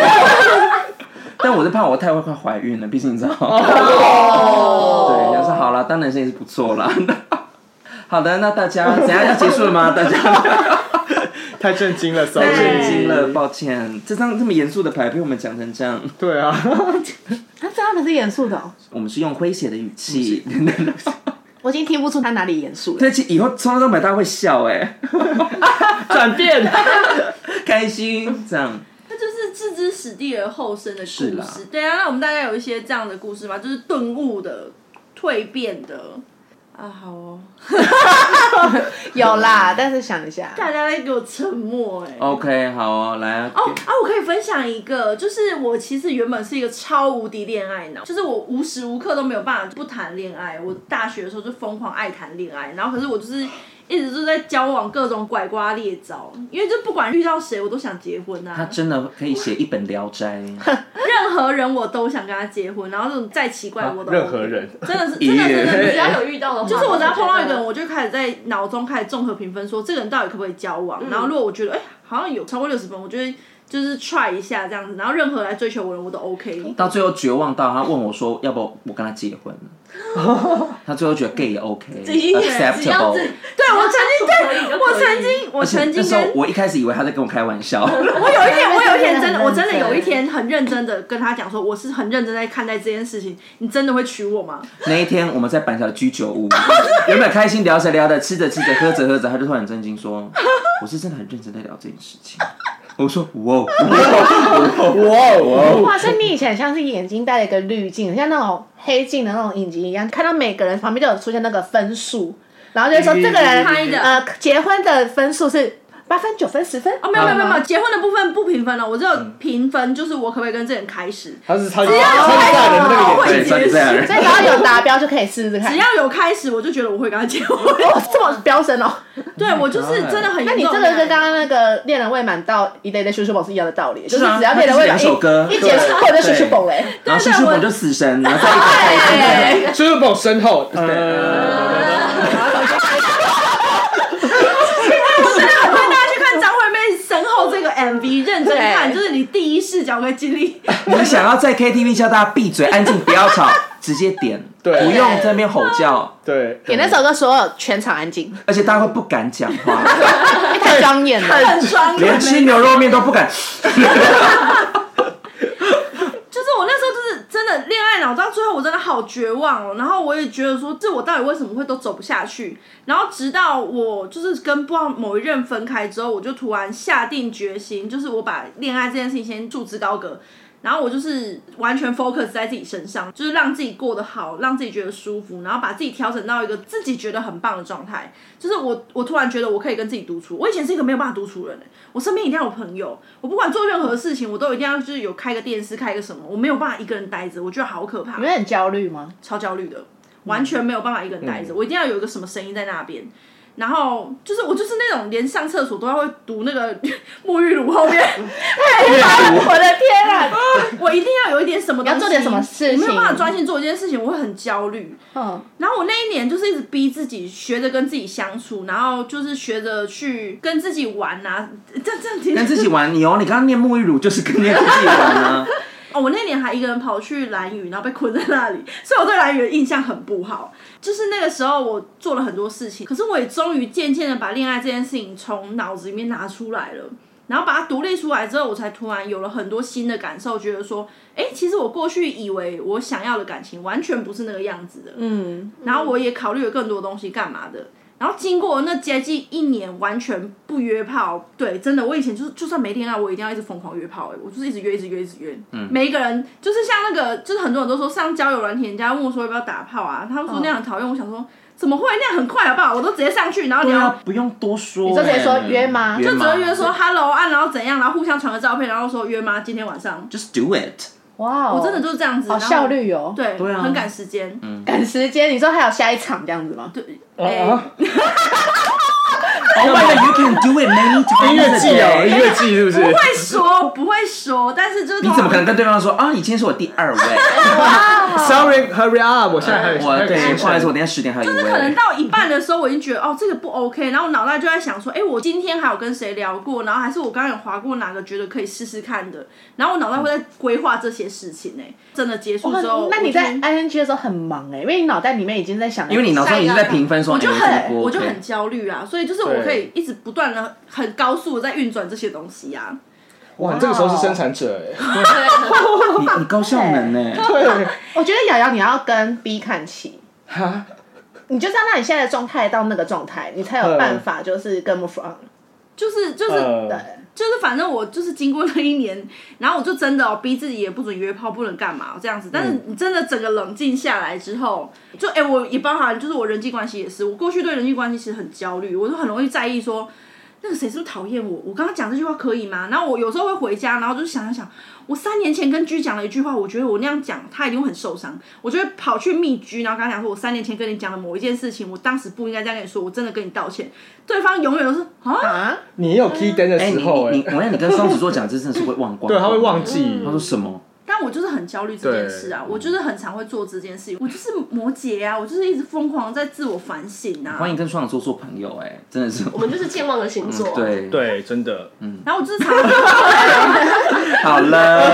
Speaker 3: 但我是怕我太快怀孕了，毕竟你知道，
Speaker 4: 哦，
Speaker 3: 对，要是好了，当男生也是不错啦。 好的，那大家怎样要结束了吗？ 大家。
Speaker 5: 太震惊了，
Speaker 3: 太
Speaker 5: 太
Speaker 3: 震惊了，。抱歉，这张这么严肃的牌被我们讲成这样，
Speaker 5: 对啊，
Speaker 4: 他这样子是严肃的、哦，
Speaker 3: 我们是用诙谐的语气。
Speaker 4: 我已经听不出他哪里严肃了。
Speaker 3: 对，其实以后抽到这张牌大家会笑哎、
Speaker 5: 转变。
Speaker 3: 开心这样。
Speaker 1: 它就是置之死地而后生的故
Speaker 3: 是啦
Speaker 1: 事。对啊，那我们大家有一些这样的故事吗？就是顿悟的、蜕变的啊，好哦，
Speaker 4: 有啦，但是想一下，
Speaker 1: 大家在给我沉默哎、
Speaker 3: OK，好哦，来啊。
Speaker 1: 哦啊！我可以分享一个，就是我其实原本是一个超无敌恋爱脑，就是我无时无刻都没有办法不谈恋爱。我大学的时候就疯狂爱谈恋爱，然后可是我就是一直就在交往各种拐瓜裂枣，因为就不管遇到谁，我都想结婚啊。
Speaker 3: 他真的可以写一本《聊 斋》
Speaker 1: 任何人我都想跟他结婚，然后这种再奇怪我都、
Speaker 5: 任何人，
Speaker 1: 真的是真的真的
Speaker 6: 只
Speaker 1: 真的。
Speaker 6: 要有遇到的话，
Speaker 1: 就是我只要碰到一
Speaker 6: 觉
Speaker 1: 个
Speaker 6: 得
Speaker 1: 人，我就开始在脑中开始综合评分，说这个人到底可不可以交往。然后如果我觉得哎、好像有超过六十分，我就会就是 try 一下这样子。然后任何来追求我的人我都 OK。
Speaker 3: 到最后绝望到他问我说：“要不我跟他结 婚？”他最后觉得 gay 也 OK
Speaker 6: 只要是
Speaker 3: acceptable。
Speaker 1: 对我曾经
Speaker 6: 经
Speaker 1: 对我曾经我
Speaker 3: 而且
Speaker 1: 曾
Speaker 3: 那
Speaker 1: 经
Speaker 3: 时候
Speaker 1: 跟
Speaker 3: 我一开始以为他在跟我开玩 笑，
Speaker 1: 我有一天，我有一天真的，我真的
Speaker 4: 很认真
Speaker 1: 有一天很认真的跟他讲说，我是很认真在看待这件事情。你真的会娶我吗？
Speaker 3: 那一天我们在板桥的居酒 屋，原本开心聊着聊着，吃着吃着，喝着喝着，他就突然震惊说：“我是真的很认真在聊这件事情。”我说：“哇 哦，
Speaker 5: 哇哦，
Speaker 4: 哇，所以你以前像是眼睛戴了一个滤镜，像那种黑镜的那种影集一样，看到每个人旁边就有出现那个分数，然后就
Speaker 3: 嗯
Speaker 4: 会说这个人
Speaker 1: 拍的
Speaker 4: 呃结婚的分数是八分、九分、十分
Speaker 1: 哦，没有没有没有没有，结婚的部分不评分哦了，我只有评分，就是我可不可以跟这人开始。
Speaker 5: 他是超级超级大人的那个眼
Speaker 1: 会
Speaker 3: 对，
Speaker 1: 结
Speaker 3: 算是这样。
Speaker 4: 所以只要有达标就可以试试看
Speaker 1: 只。要有开始，我就觉得我会跟他结婚。
Speaker 4: 哦，这么飙升哦！
Speaker 1: 对我就是真的很
Speaker 4: 那
Speaker 1: 严
Speaker 4: 你
Speaker 1: 重
Speaker 4: 这
Speaker 1: 的
Speaker 4: 个
Speaker 1: 那一种。
Speaker 4: 跟刚刚那个恋人未满到一类的 s u s 是一样的道理，就是
Speaker 3: 啊
Speaker 4: 只要恋人未
Speaker 3: 它
Speaker 4: 满
Speaker 3: 就是两首歌
Speaker 4: 一一结束后就 s
Speaker 3: 对
Speaker 4: u s 嘞。
Speaker 3: 然后是叔
Speaker 1: 我
Speaker 3: 本就死神，然后再一个 开心的。
Speaker 5: 镜，就是往身后，呃，
Speaker 1: 欢迎大家去看张惠妹《身后》这个 MV，认真看，就是你第一视角可以经历。
Speaker 3: 你想要在 KTV 叫大家闭嘴、安静、不要吵，直接点，
Speaker 5: 对
Speaker 3: 不用在那边吼叫，
Speaker 5: 对，
Speaker 4: 点那首歌，所有全场安静，
Speaker 3: 而且大家会不敢讲话，
Speaker 4: 哎太庄严了。
Speaker 1: 很 爽
Speaker 3: 连 吃牛肉面都不敢。
Speaker 1: 就是我那时候就是真的恋爱脑到最后，我真的好绝望哦。然后我也觉得说，这我到底为什么会都走不下去？然后直到我就是跟不知道某一任分开之后，我就突然下定决心，就是我把恋爱这件事情先束之高阁。然后我就是完全 focus 在自己身上，就是让自己过得好，让自己觉得舒服，然后把自己调整到一个自己觉得很棒的状态。就是我，我突然觉得我可以跟自己独处。我以前是一个没有办法独处的人、欸，我身边一定要有朋友。我不管做任何事情，我都一定要就是有开个电视，开个什么，我没有办法一个人待着，我觉得好可怕。
Speaker 4: 你会很焦虑吗？
Speaker 1: 超焦虑
Speaker 4: 嗯
Speaker 1: 的，完全没有办法一个人待着，我一定要有一个什么声音在那边。然后就是我就是那种连上厕所都要会读那个 沐浴乳后面，
Speaker 4: 我的天啊！
Speaker 1: 我一定要有一点什么东西，
Speaker 4: 你要做点什么事情
Speaker 1: 我没有办法专心做一件事情，我会很焦虑。
Speaker 4: 嗯，
Speaker 1: 然后我那一年就是一直逼自己学着跟自己相处，然后就是学着去跟自己玩啊，这这样听
Speaker 3: 跟自己玩，你哦，你刚刚念沐浴乳就是跟念自己玩啊。
Speaker 1: 哦，我那年还一个人跑去蓝屿，然后被困在那里，所以我对蓝屿的印象很不好。就是那个时候，我做了很多事情，可是我也终于渐渐的把恋爱这件事情从脑子里面拿出来了，然后把它独立出来之后，我才突然有了很多新的感受，觉得说，哎，其实我过去以为我想要的感情完全不是那个样子的。
Speaker 4: 嗯，
Speaker 1: 然后我也考虑了更多东西干嘛的。然后经过那接近一年完全不约炮，对，真的，我以前就是就算没恋爱，我一定要一直疯狂约炮、欸，我就是一直约，一直约，一直约。嗯，每一个人就是像那个，就是很多人都说上交友软体，人家问我说要不要打炮啊，他们
Speaker 3: 嗯
Speaker 1: 说那样很讨厌，我想说怎么会那样很快好不好？我都直接上去，然后你
Speaker 3: 对
Speaker 1: 要、
Speaker 3: 啊，不用多说、
Speaker 4: 你就直接说约吗
Speaker 1: 就直
Speaker 3: 吗
Speaker 1: 接约说 hello 啊，然后怎样，然后互相传个照片，然后说约吗？今天晚上，
Speaker 3: ，just do it。
Speaker 4: 哇哦，
Speaker 1: 我真的就是这样子，
Speaker 4: 好
Speaker 1: 然后
Speaker 4: 效，率哦，，
Speaker 1: 对，
Speaker 3: 对啊
Speaker 1: 很赶时间，嗯，
Speaker 4: 赶时间。你说还有下一场这样子吗？
Speaker 1: 对，
Speaker 3: 哦
Speaker 1: 哎
Speaker 5: 啊，
Speaker 3: Oh my god, you can do it many
Speaker 5: 音
Speaker 3: times
Speaker 5: 乐
Speaker 3: a
Speaker 5: 季哦，音
Speaker 3: day。
Speaker 5: 乐季是不是？
Speaker 1: 不会说，不会说，但是就是
Speaker 3: 你怎么可能跟对方说啊？你今天是我第二位，
Speaker 5: Sorry, hurry up！我现在还有
Speaker 3: 我
Speaker 5: 还有
Speaker 3: 对，
Speaker 5: 行
Speaker 3: 不好意思，我
Speaker 5: 程
Speaker 3: 等一下十点还有一
Speaker 1: 就是可能
Speaker 3: 位。
Speaker 1: 到一半的时候，我已经觉得哦，这个不 OK，然后我脑袋就在想说，哎、我今天还有跟谁聊过，然后还是我刚刚有划过哪个觉得可以试试看的，然后我脑袋会在规划这些事情呢、真的结束之后，
Speaker 4: 那你在
Speaker 1: 我就
Speaker 4: ing 的时候很忙哎，因为你脑袋里面已经在想，
Speaker 3: 因为你脑中已经在评分说，
Speaker 1: 我就
Speaker 3: 哎你怎么
Speaker 1: 很
Speaker 3: 不
Speaker 1: 我就
Speaker 3: OK
Speaker 1: 很焦虑啊，所以就是我可以一直不断的很高速的在运转这些东西啊，
Speaker 5: 哇，你这个时候是生产者哎，
Speaker 3: 你你高效能呢？
Speaker 5: 对，
Speaker 4: 我觉得瑶瑶你要跟 B 看齐，
Speaker 5: 哈，
Speaker 4: 你就知道那你现在的状态到那个状态，你才有
Speaker 5: 嗯
Speaker 4: 办法就是跟 move on。
Speaker 1: 就是就是。
Speaker 5: 呃，
Speaker 1: 就是反正我就是经过那一年，然后我就真的、哦、逼自己也不准约炮，不能干嘛这样子。但是你真的整个冷静下来之后，就哎、我也包含就是我人际关系也是，我过去对人际关系其实很焦虑，我就很容易在意说。那个谁是不是讨厌我？我刚刚讲这句话可以吗？然后我有时候会回家，然后就想想想，我三年前跟居讲了一句话，我觉得我那样讲他一定会很受伤，我就会跑去密居，然后跟他讲说，我三年前跟你讲的某一件事情，我当时不应该这样跟你说，我真的跟你道歉。对方永远都是啊，
Speaker 4: 啊，
Speaker 5: 你也有 key d a n 的
Speaker 3: 哎，
Speaker 5: 时
Speaker 3: 你
Speaker 5: 候
Speaker 3: 你嗯
Speaker 5: 哎
Speaker 3: 你，，我让你跟双子座讲，这真的是会忘光。
Speaker 5: 对，他会忘。记
Speaker 3: 他，说什么？
Speaker 1: 但我就是很焦虑这件事啊，我
Speaker 3: 嗯
Speaker 1: 就是很常会做这件事情，我就是摩羯啊，我就是一直疯狂在自我反省啊，
Speaker 3: 欢迎跟双子座做朋友，哎，真的是。
Speaker 6: 我们就是健忘的星座。，
Speaker 3: 对，
Speaker 5: 对，真的，
Speaker 1: 然后我就是常常，
Speaker 3: 好了，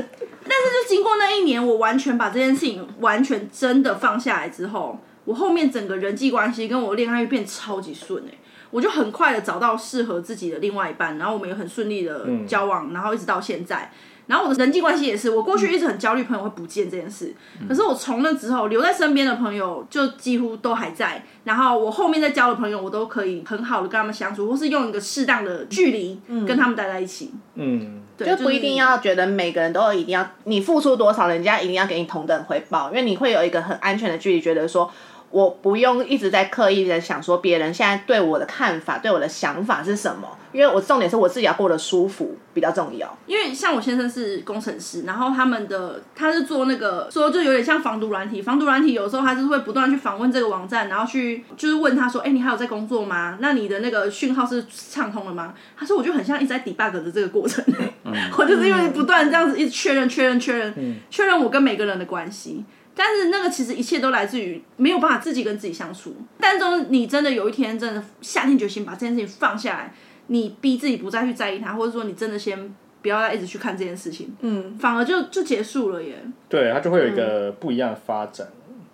Speaker 1: 就经过那一年，我完全把这件事情完全真的放下来之后，我后面整个人际关系跟我恋爱变超级顺哎、我就很快的找到适合自己的另外一半，然后我们也很顺利的交往，然后一直到现在。然后我的人际关系也是，我过去一直很焦虑朋友会不见这件事，可是我从那之后留在身边的朋友就几乎都还在，然后我后面再交的朋友我都可以很好的跟他们相处，或是用一个适当的距离跟他们待在一起，
Speaker 5: 嗯，
Speaker 1: 对，
Speaker 4: 就不一定要觉得每个人都一定要你付出多少，人家一定要给你同等回报，因为你会有一个很安全的距离，觉得说我不用一直在刻意的想说别人现在对我的看法、对我的想法是什么，因为我重点是我自己要过得舒服比较重要。
Speaker 1: 因为像我先生是工程师，然后他们的他是做那个说就有点像防毒软体，防毒软体有时候他就是会不断地去访问这个网站，然后去就是问他说，哎、你还有在工作吗？那你的那个讯号是畅通了吗？他说我就很像一直在 debug 的这个过程， 我就是因为不断地这样子一直确认确认确认确认我跟每个人的关系。但是那个其实一切都来自于没有办法自己跟自己相处。但中你真的有一天真的下定决心把这件事情放下来，你逼自己不再去在意它，或者说你真的先不要再一直去看这件事情，
Speaker 4: 嗯，
Speaker 1: 反而就就结束了耶。
Speaker 5: 对，他就会有一个不一样的发展。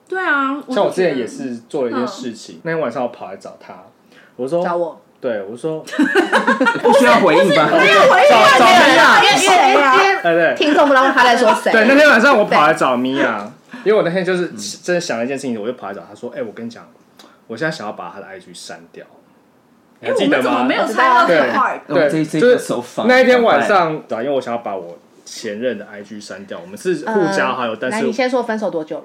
Speaker 1: 对啊，
Speaker 5: 像我
Speaker 1: 就
Speaker 5: 之
Speaker 1: 嗯觉得嗯
Speaker 5: 前也，是做了一件事情，那天晚上我跑来找他，我说
Speaker 4: 找我
Speaker 5: 对，我说，
Speaker 3: 不需要回应吧？
Speaker 4: 回应
Speaker 5: 找谁啊
Speaker 4: 因为因为因为
Speaker 5: 哎对，
Speaker 4: 听众不知道他在说谁。
Speaker 5: 对，那天晚上我跑来找米娅，因为我那天就是真的想了一件事情，我就跑来找她说：“哎、我跟你讲，我现在想要把她的 IG 删掉。”你
Speaker 1: 哎，
Speaker 5: 还
Speaker 1: 我
Speaker 5: 记得
Speaker 1: 们怎
Speaker 5: 吗？
Speaker 1: 么没有猜到
Speaker 5: 对
Speaker 1: her heart？
Speaker 3: 我们这
Speaker 5: 对，
Speaker 3: 这
Speaker 5: 就
Speaker 3: 个
Speaker 5: 是
Speaker 3: 手法
Speaker 5: 那一天 晚上，对，啊因为我想要把我前任的 IG 删掉，我们是互加好友，
Speaker 4: 呃
Speaker 5: 但
Speaker 4: 来，你
Speaker 5: 是
Speaker 4: 先说分手多久了？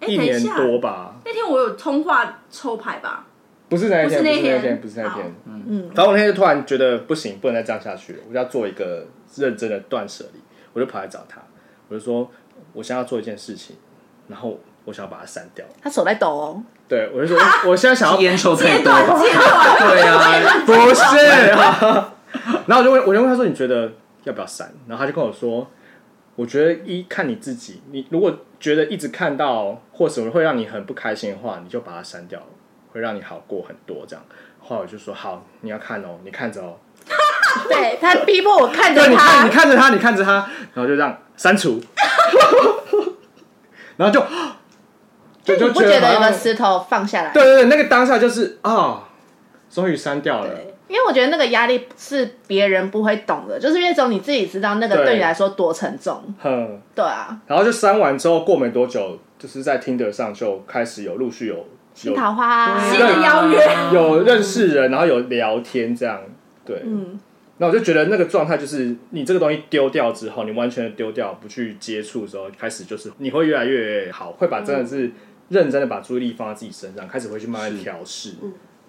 Speaker 1: 哎，
Speaker 5: 一
Speaker 1: 等一
Speaker 5: 年
Speaker 1: 下，
Speaker 5: 多吧，
Speaker 1: 那天我有通话抽牌吧？
Speaker 5: 不是那一天，不是
Speaker 1: 不是
Speaker 5: 那
Speaker 1: 那
Speaker 5: 一天，
Speaker 1: 天
Speaker 5: 不是那一天
Speaker 1: 好。
Speaker 5: 嗯，反正我那天就突然觉得不行，不能再这样下去了，我就要做一个认真的断舍离。我就跑来找她，我就说，我现在要做一件事情，然后我想要把它删掉。
Speaker 4: 他手在抖哦，
Speaker 5: 对，我就说，我现在想 要
Speaker 3: 烟抽太多，
Speaker 1: 阶段，阶段，
Speaker 3: 对啊，
Speaker 5: 不是。 然后我就问，我就问他说：“你觉得要不要删？”然后他就跟我说：“我觉得一看你自己，你如果觉得一直看到或什么会让你很不开心的话，你就把它删掉，会让你好过很多。”这样，后来我就说：“好，你要看哦，你看着哦，
Speaker 4: 对他逼迫我看着
Speaker 5: 对，你看，
Speaker 4: 他
Speaker 5: 你，看着他，你看着他，然后就让删除，然后就 就
Speaker 4: 你
Speaker 5: 就啊
Speaker 4: 不觉得有
Speaker 5: 好像
Speaker 4: 个石头放下来？
Speaker 5: 对对对，那个当下就是啊、终于删掉了。”
Speaker 4: 因为我觉得那个压力是别人不会懂的，就是因为只有你自己知道那个
Speaker 5: 对
Speaker 4: 对你来说多沉重。
Speaker 5: 哼。
Speaker 4: 对啊，
Speaker 5: 然后就删完之后，过没多久，就是在 Tinder 上就开始有陆续有
Speaker 4: 新
Speaker 5: 有
Speaker 4: 桃花啊，
Speaker 1: 新的邀约，
Speaker 5: 有认识人，然后有聊天这样。对，嗯。那我就觉得那个状态就是，你这个东西丢掉之后，你完全的丢掉，不去接触之后，开始就是你会越来越好，会把真的是认真的把注意力放在自己身上，开始会去慢
Speaker 4: 嗯
Speaker 5: 慢调试。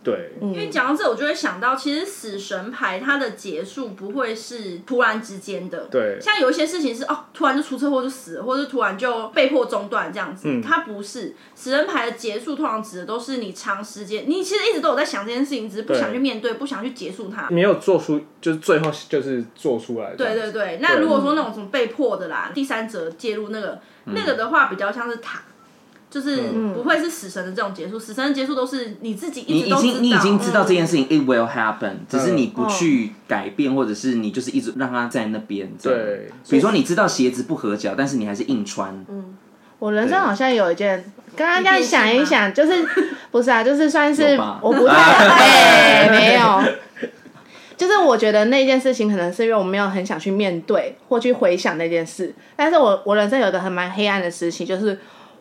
Speaker 5: 对，
Speaker 1: 因为讲到这，我就会想到，其实死神牌它的结束不会是突然之间的，
Speaker 4: 嗯
Speaker 5: 对
Speaker 1: 像有一些事情是哦，突然就出车祸就死了，或者是突然就被迫中断这样子，
Speaker 5: 嗯
Speaker 1: 它不是死神牌的结束，通常指的都是你长时间，你其实一直都有在想这件事情，只是不
Speaker 5: 对
Speaker 1: 想去面对，不想去结束它。
Speaker 5: 没有做出就是最后就是做出来的这
Speaker 1: 对
Speaker 5: 样子。
Speaker 1: 对对，那如果说那种什么被迫的啦，第三者介入那个、那个的话，比较像是塔。就是
Speaker 4: 嗯
Speaker 1: 不会是死神的这种结束，死神的结束都是你自己
Speaker 3: 你
Speaker 1: 一直
Speaker 3: 已
Speaker 1: 都
Speaker 3: 经你已经知道
Speaker 1: 嗯
Speaker 3: 这件事情，it will happen，只是
Speaker 5: 嗯
Speaker 3: 你不去改变，或者是你就是一直让它在那边。这样
Speaker 5: 对
Speaker 3: 比如说你知道鞋子不合脚，但是你还是硬穿，
Speaker 1: 嗯
Speaker 4: 我人生好像有一件，刚刚这样
Speaker 1: 你变性
Speaker 4: 想一想，就是 不是啊，就是算是
Speaker 3: 有吧
Speaker 4: 我不 太哎、没有，就是我觉得那件事情可能是因为我没有很想去面对或去回想那件事，但是我我人生有一个很蛮黑暗的时期，就是。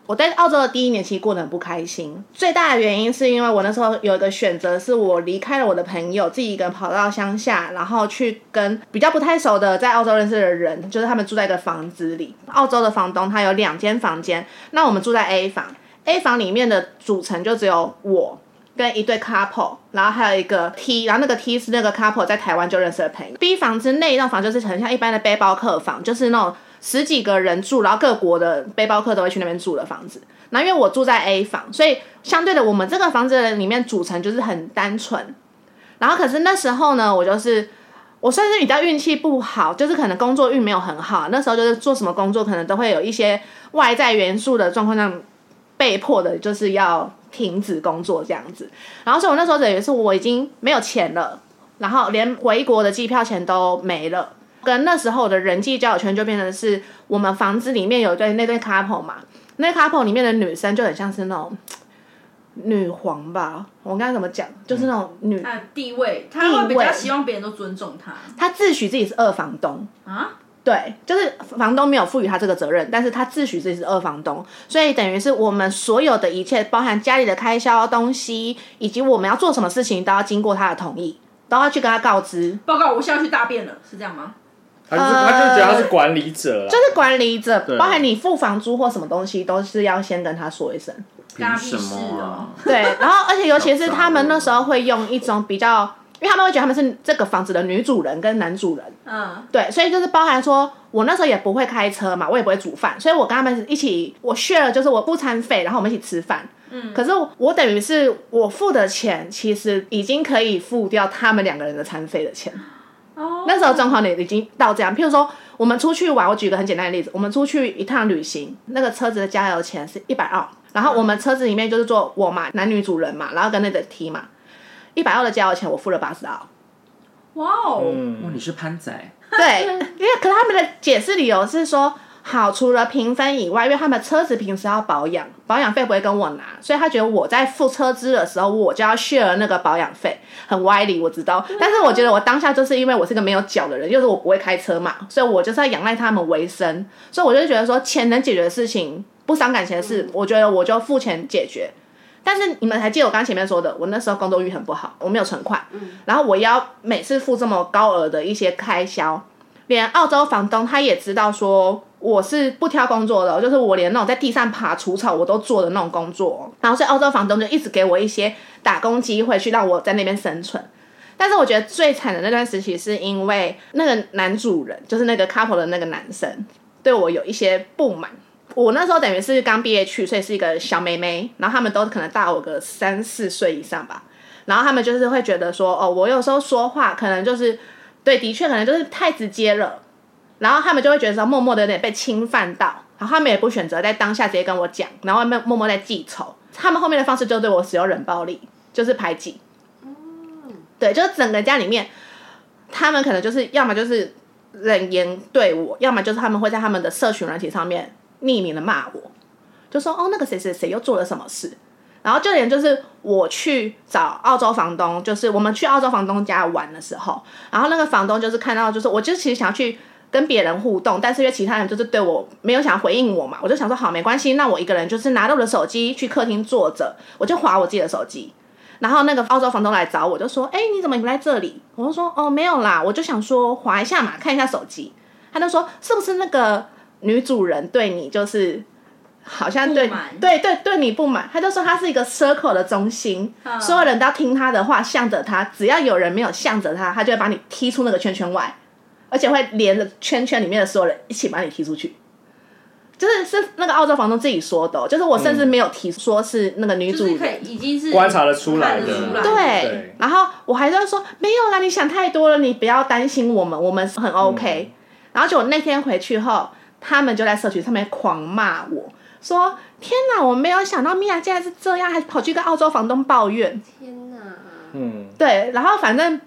Speaker 4: 我在澳洲的第一年期过得很不开心，最大的原因是因为我那时候有一个选择，是我离开了我的朋友，自己一个人跑到乡下，然后去跟比较不太熟的在澳洲认识的人，就是他们住在一个房子里。澳洲的房东他有两间房间，那我们住在 A 房，A 房里面的组成就只有我跟一对 couple，然后还有一个 T，然后那个 T 是那个 couple 在台湾就认识的朋友。B 房之内一栋房就是很像一般的背包客房，就是那种十几个人住，然后各国的背包客都会去那边住的房子。那因为我住在 A 房，所以相对的我们这个房子里面组成就是很单纯。然后可是那时候呢，我就是。我算是比较运气不好，就是可能工作运没有很好。那时候就是做什么工作，可能都会有一些外在元素的状况下，被迫的就是要停止工作这样子。然后所以我那时候等于是我已经没有钱了，然后连回国的机票钱都没了。跟那时候我的人际交友圈就变成是我们房子里面有一对那对 couple 嘛，那对 couple 里面的女生就很像是那种女皇吧，我刚才怎么讲，就是那种女
Speaker 1: 他的地位，他会比较希望别人都尊重他
Speaker 4: 他自诩自己是二房东，
Speaker 1: 啊。
Speaker 4: 对，就是房东没有赋予他这个责任，但是他自诩自己是二房东，所以等于是我们所有的一切，包含家里的开销、啊东西，以及我们要做什么事情，都要经过他的同意，都要去跟他告知。
Speaker 1: 报告，我现在要去大便了，是这样吗？
Speaker 5: 他就是他就觉得他是管理者啦，
Speaker 4: 就是管理者，包含你付房租或什么东西，都是要先跟他说一声。
Speaker 1: 干
Speaker 3: 凭
Speaker 1: 他屁
Speaker 3: 什
Speaker 1: 事
Speaker 3: 么
Speaker 1: 哦
Speaker 3: 啊？？
Speaker 4: 对， 然后而且尤其是他们那时候会用一种比较，因为他们会觉得他们是这个房子的女主人跟男主人，
Speaker 1: 嗯，
Speaker 4: 对，所以就是包含说，我那时候也不会开车嘛，我也不会煮饭，所以我跟他们一起，我 share 就是我付餐费，然后我们一起吃饭。嗯，可是我等于是我付的钱，其实已经可以付掉他们两个人的餐费的钱。
Speaker 1: 哦
Speaker 4: 那时候状况也已经到这样，譬如说我们出去玩，我举个很简单的例子，我们出去一趟旅行，那个车子的加油钱是一百二，然后我们车子里面就是坐我嘛，男女主人嘛，然后跟那个 T 嘛，一百二的加油钱我付了八十二。
Speaker 1: 哇哦，
Speaker 5: 嗯
Speaker 3: 哦哇，你是潘仔，
Speaker 4: 对，因为可是他们的解释理由是说，好，除了评分以外，因为他们车子平时要保养，保养费不会跟我拿，所以他觉得我在付车资的时候，我就要 share 那个保养费，很歪理我知道。但是我觉得我当下就是因为我是个没有脚的人，就是我不会开车嘛，所以我就是要仰赖他们为生，所以我就觉得说钱能解决的事情，不伤感情的事，我觉得我就付钱解决。但是你们还记得我刚前面说的，我那时候工作欲很不好，我没有存款，然后我要每次付这么高额的一些开销，连澳洲房东他也知道说我是不挑工作的哦，就是我连那种在地上爬除草我都做的那种工作哦，然后所以澳洲房东就一直给我一些打工机会去让我在那边生存。但是我觉得最惨的那段时期，是因为那个男主人，就是那个 couple 的那个男生，对我有一些不满。我那时候等于是刚毕业去，所以是一个小妹妹，然后他们都可能大我个三四岁以上吧。然后他们就是会觉得说，哦，我有时候说话可能就是，对，的确可能就是太直接了，然后他们就会觉得说，默默的有点被侵犯到，然后他们也不选择在当下直接跟我讲，然后默默默在记仇。他们后面的方式就对我使用冷暴力，就是排挤。对，就是整个家里面，他们可能就是要么就是冷言对我，要么就是他们会在他们的社群软体上面匿名的骂我，就说哦那个谁谁谁又做了什么事，然后就连就是我去找澳洲房东，就是我们去澳洲房东家玩的时候，然后那个房东就是看到就是我就其实想要去。跟别人互动，但是因为其他人就是对我没有想要回应我嘛，我就想说好没关系，那我一个人就是拿到我的手机去客厅坐着，我就划我自己的手机，然后那个澳洲房东来找我，就说：“哎、你怎么不在这里？”我就说：“哦，没有啦，我就想说划一下嘛，看一下手机。”他就说：“是不是那个女主人对你就是好像对
Speaker 1: 不满
Speaker 4: 对对对你不满？”他就说他是一个 circle 的中心，
Speaker 1: 嗯
Speaker 4: 所有人都要听他的话，向着他。只要有人没有向着他，他就会把你踢出那个圈圈外，而且会连着圈圈里面的所有人一起把你踢出去。就是是那个澳洲房东自己说的哦、就是我甚至没有提说是那个女
Speaker 1: 嗯就
Speaker 4: 主人，
Speaker 1: 是可以已经是
Speaker 5: 观察得出来
Speaker 1: 看得
Speaker 5: 的
Speaker 1: 出来
Speaker 4: 对，
Speaker 5: 对
Speaker 4: 然后我还在说没有啦，你想太多了，你不要担心我们，我们
Speaker 1: 嗯
Speaker 4: 很 OK。然后就我那天回去后，他们就在社群上面狂骂我说：“天哪，我没有想到米娅竟然是这样，还跑去跟澳洲房东抱怨。
Speaker 6: 天哪！
Speaker 5: 嗯”，
Speaker 4: 对，然后反正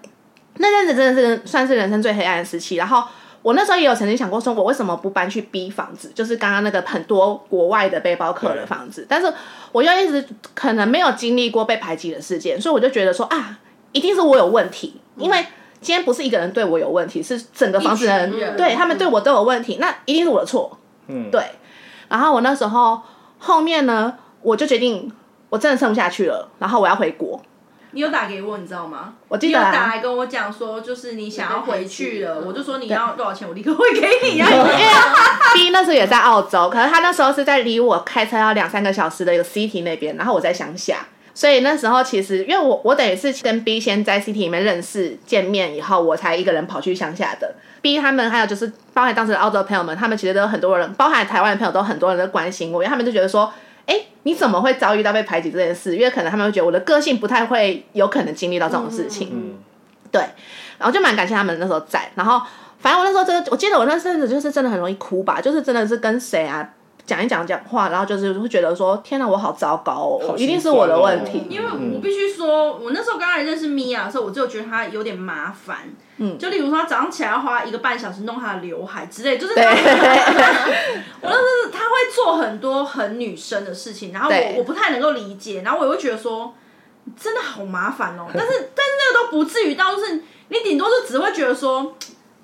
Speaker 4: 那阵子真的是算是人生最黑暗的时期。然后我那时候也有曾经想过，说我为什么不搬去 B 房子，就是刚刚那个很多国外的背包客的房子，但是我又一直可能没有经历过被排挤的事件，所以我就觉得说啊，一定是我有问题，因为今天不是一个人对我有问题，是整个房子的
Speaker 1: 嗯一群人嗯
Speaker 4: 人对他们对我都有问题，那一定是我的错。
Speaker 5: 嗯
Speaker 4: 对。然后我那时候后面呢，我就决定我真的撑不下去了，然后我要回国。
Speaker 1: 你有打给我，你知道吗？
Speaker 4: 我记
Speaker 1: 你
Speaker 4: 得
Speaker 1: 有
Speaker 4: 啊
Speaker 1: 打来跟我讲说，就是你想要回去了，
Speaker 6: 嗯
Speaker 1: 我就说你要多少钱，我立刻会给你啊。
Speaker 4: 因为 B 那时候也在澳洲，可是他那时候是在离我开车要两三个小时的一个 city 那边，然后我在乡下，所以那时候其实因为我我等于是跟 B 先在 city 里面认识见面以后，我才一个人跑去乡下的。B 他们还有就是包含当时的澳洲朋友们，他们其实都有很多人，包含台湾的朋友都很多人都关心我，因为他们就觉得说。哎，你怎么会遭遇到被排挤这件事？因为可能他们会觉得我的个性不太会，有可能经历到这种事情。
Speaker 5: 嗯
Speaker 4: 然后就蛮感谢他们那时候在。然后反正我那时候真的，我记得我那阵子就是真的很容易哭吧，就是真的是跟谁啊讲一讲讲话，然后就是会觉得说天哪，我好糟糕哦，
Speaker 5: 好心酸哦
Speaker 4: 一定是我的问题。
Speaker 1: 因为
Speaker 5: 嗯
Speaker 1: 我必须说，我那时候刚来认识米娅的时候，我就觉得她有点麻烦。嗯，就例如说，她早上起来要花一个半小时弄她的刘海之类，就是她，我那时候她会做很多很女生的事情，然后我
Speaker 4: 对
Speaker 1: 我不太能够理解，然后我也会觉得说，真的好麻烦哦。但是但是那个都不至于到就是你顶多就只会觉得说，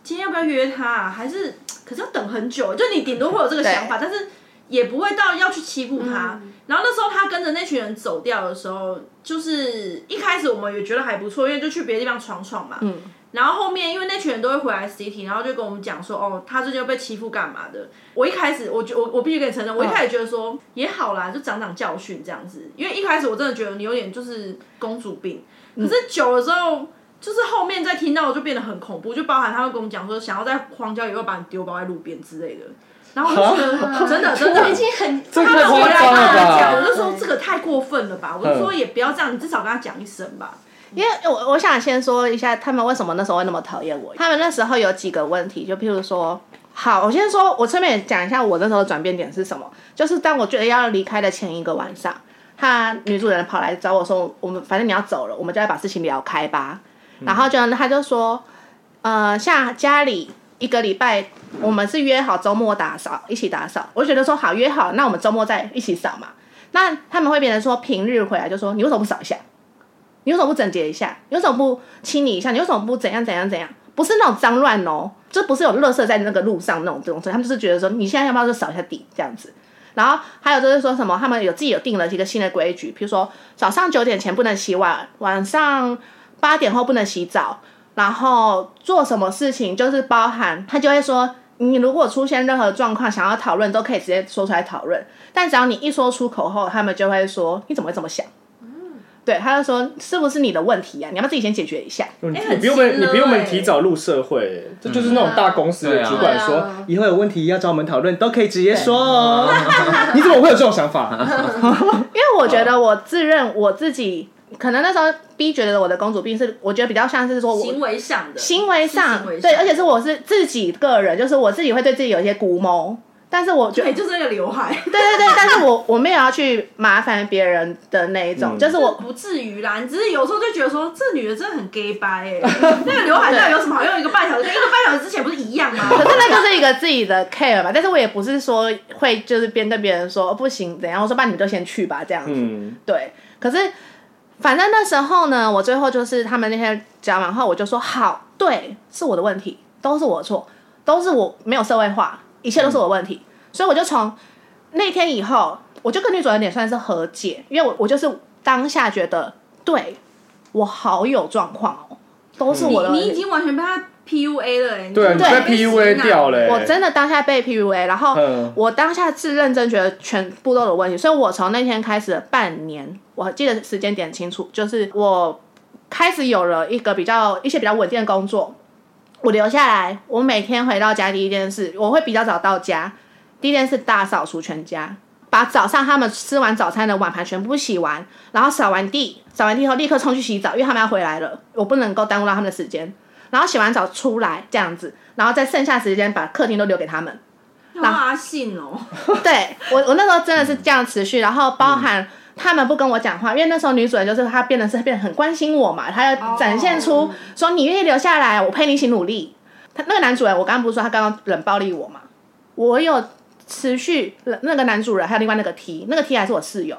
Speaker 1: 今天要不要约她、啊，还是可是要等很久，就你顶多会有这个想法，但是也不会到要去欺负她。然后那时候他跟着那群人走掉的时候，就是一开始我们也觉得还不错，因为就去别的地方闯闯嘛。嗯。然后后面因为那群人都会回来 city，然后就跟我们讲说，哦，他最近又被欺负干嘛的。我一开始，我觉我我必须跟你承认，
Speaker 2: 嗯
Speaker 1: 我一开始觉得说、也好啦，就长长教训这样子。因为一开始我真的觉得你有点就是公主病，可
Speaker 2: 嗯
Speaker 1: 是久了之后。就是后面再听到就变得很恐怖，就包含他会跟我们讲说，想要在荒郊野外把你丢包在路边之类的，然后我就觉得 真的真的
Speaker 6: 我已经很
Speaker 2: 这
Speaker 1: 他
Speaker 2: 太
Speaker 1: 们回
Speaker 2: 夸
Speaker 1: 来
Speaker 2: 张
Speaker 1: 跟
Speaker 2: 了
Speaker 1: 他讲，我
Speaker 2: 吧？嗯
Speaker 1: 就说这个太过分了吧，我就说也不要这样，你至少跟他讲一声吧。
Speaker 4: 因为我我想先说一下他们为什么那时候会那么讨厌我。他们那时候有几个问题，就譬如说，好，我先说，我顺便也讲一下我那时候的转变点是什么。就是当我觉得要离开的前一个晚上，他女主人跑来找我说，我们反正你要走了，我们就来把事情聊开吧。然后就他就说，呃，像家里一个礼拜，我们是约好周末打扫，一起打扫。我就觉得说好约好，那我们周末再一起扫嘛。那他们会变成说平日回来就说你为什么不扫一下？你为什么不整洁一下？你为什么不清理一下？你为什么不怎样怎样怎样？不是那种脏乱哦，就不是有垃圾在那个路上那种东西，他们就是觉得说你现在要不要就扫一下地这样子。然后还有就是说什么，他们有自己有定了一个新的规矩，比如说早上九点前不能洗碗，晚上八点后不能洗澡，然后做什么事情就是包含他就会说，你如果出现任何状况想要讨论，都可以直接说出来讨论。但只要你一说出口后，他们就会说你怎么会这么想？对，他就说是不是你的问题啊？你要不要自己先解决一下？
Speaker 5: 你
Speaker 1: 很
Speaker 5: 比我们
Speaker 1: 亲
Speaker 5: 你比我
Speaker 1: 热
Speaker 5: 们
Speaker 1: 欸
Speaker 5: 提早入社会，这就是那种大公司的主管
Speaker 6: 对
Speaker 5: 说
Speaker 6: 啊，
Speaker 5: 以后有问题要找我们讨论，都可以直接说哦。 你怎么会有这种想法？
Speaker 4: 因为我觉
Speaker 1: 嗯
Speaker 4: 得我自认我自己，可能那时候 B 觉得我的公主病是，我觉得比较像是说我
Speaker 1: 行为上的，
Speaker 4: 行为
Speaker 1: 是
Speaker 4: 上
Speaker 1: 行为上
Speaker 4: 对，而且是我是自己个人，就是我自己会对自己有一些估谋，但是我觉得
Speaker 1: 对，就是那个刘海，
Speaker 4: 对对对，但是我我没有要去麻烦别人的那一种，就是 我
Speaker 1: 不至于啦。你只是有时候就觉得说，这女的真的很 gay 掰 哎、那个刘海到底有什么好用？一个半小时跟一个半小时之前不是一 样吗？
Speaker 4: 可是那就是一个自己的 care 嘛，但是我也不是说会就是边对别人说、哦、不行怎样，我说那你们就先去吧这样子，
Speaker 5: 嗯，
Speaker 4: 对。可是反正那时候呢，我最后就是他们那天讲完后，我就说好，对，是我的问题，都是我的错，都是我没有社会化，一切都是我的问
Speaker 1: 嗯
Speaker 4: 题，所以我就从那天以后，我就跟女主人有点算是和解，因为我我就是当下觉得对我好有状况哦，都是我的问
Speaker 1: 嗯你
Speaker 4: 题。
Speaker 1: 已经完全被他 PUA 了哎、你
Speaker 5: 对啊，你
Speaker 4: 对
Speaker 5: 被 PUA 掉了欸。
Speaker 4: 我真的当下被 PUA，然后
Speaker 5: 嗯
Speaker 4: 我当下是认真觉得全部都有问题，所以我从那天开始的半年，我记得时间点清楚，就是我开始有了一个比较一些比较稳定的工作，我留下来，我每天回到家第一件事，我会比较早到家，第一件事大扫除全家。把早上他们吃完早餐的碗盘全部洗完，然后扫完地，扫完地后立刻冲去洗澡，因为他们要回来了，我不能够耽误到他们的时间。然后洗完澡出来这样子，然后再剩下时间把客厅都留给他们。
Speaker 1: 他阿信哦、
Speaker 4: 对我，我那时候真的是这样持续，然后包含他们不跟我讲话，因为那时候女主人就是她变得是变得很关心我嘛，她要展现出说你愿意留下来，我陪你一起努力。他那个男主人，我刚刚不是说他刚刚冷暴力我嘛，我有持续那个男主人还有另外那个 T，那个 T 还是我室友。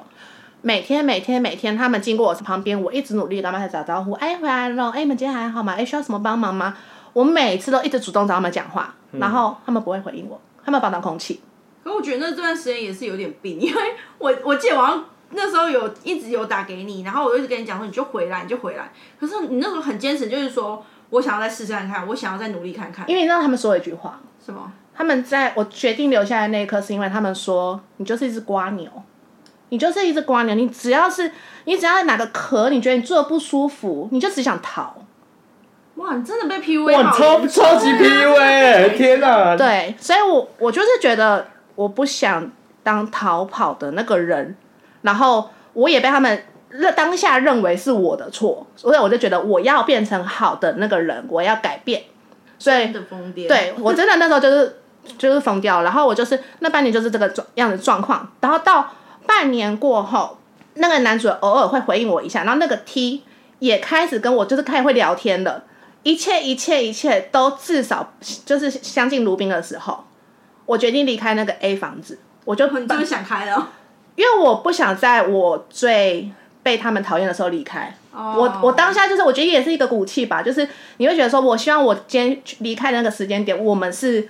Speaker 4: 每天每天每天，他们经过我旁边，我一直努力地跟他们打招呼。哎，回来了！哎，你们今天还好吗？哎，需要什么帮忙吗？我每次都一直主动找他们讲话，然后他们不会回应我，他们把我当空气。
Speaker 1: 可我觉得那段时间也是有点病，因为我我记得我好像那时候有一直有打给你，然后我就一直跟你讲说你就回来，你就回来。可是你那时候很坚持，就是说我想要再试试看看，我想要再努力看看。
Speaker 4: 因为你知道他们说了一句话，
Speaker 1: 什么？
Speaker 4: 他们在我决定留下来那一刻，是因为他们说你就是一只瓜牛，你就是一只瓜牛，你只要是你只要哪个壳，你觉得你做的不舒服，你就只想逃。
Speaker 1: 哇，你真的被 PUA
Speaker 5: 哇，
Speaker 1: 好
Speaker 5: 超
Speaker 1: 严重
Speaker 5: 超级 PUA，欸天哪！
Speaker 4: 对，所以我我就是觉得我不想当逃跑的那个人，然后我也被他们认当下认为是我的错，所以我就觉得我要变成好的那个人，我要改变，所以
Speaker 1: 真的疯癫。
Speaker 4: 对我真的那时候就是就是疯掉，然后我就是那半年就是这个状样的状况，然后到半年过后，那个男主偶尔会回应我一下，然后那个 T 也开始跟我就是开始会聊天了，一切一切一切都至少就是相敬如宾的时候，我决定离开那个 A 房子，我就
Speaker 1: 哦你真的想开 了。
Speaker 4: 因为我不想在我最被他们讨厌的时候离开。
Speaker 1: 哦
Speaker 4: 我我当下就是，我觉得也是一个骨气吧，就是你会觉得说，我希望我今天离开的那个时间点，我们是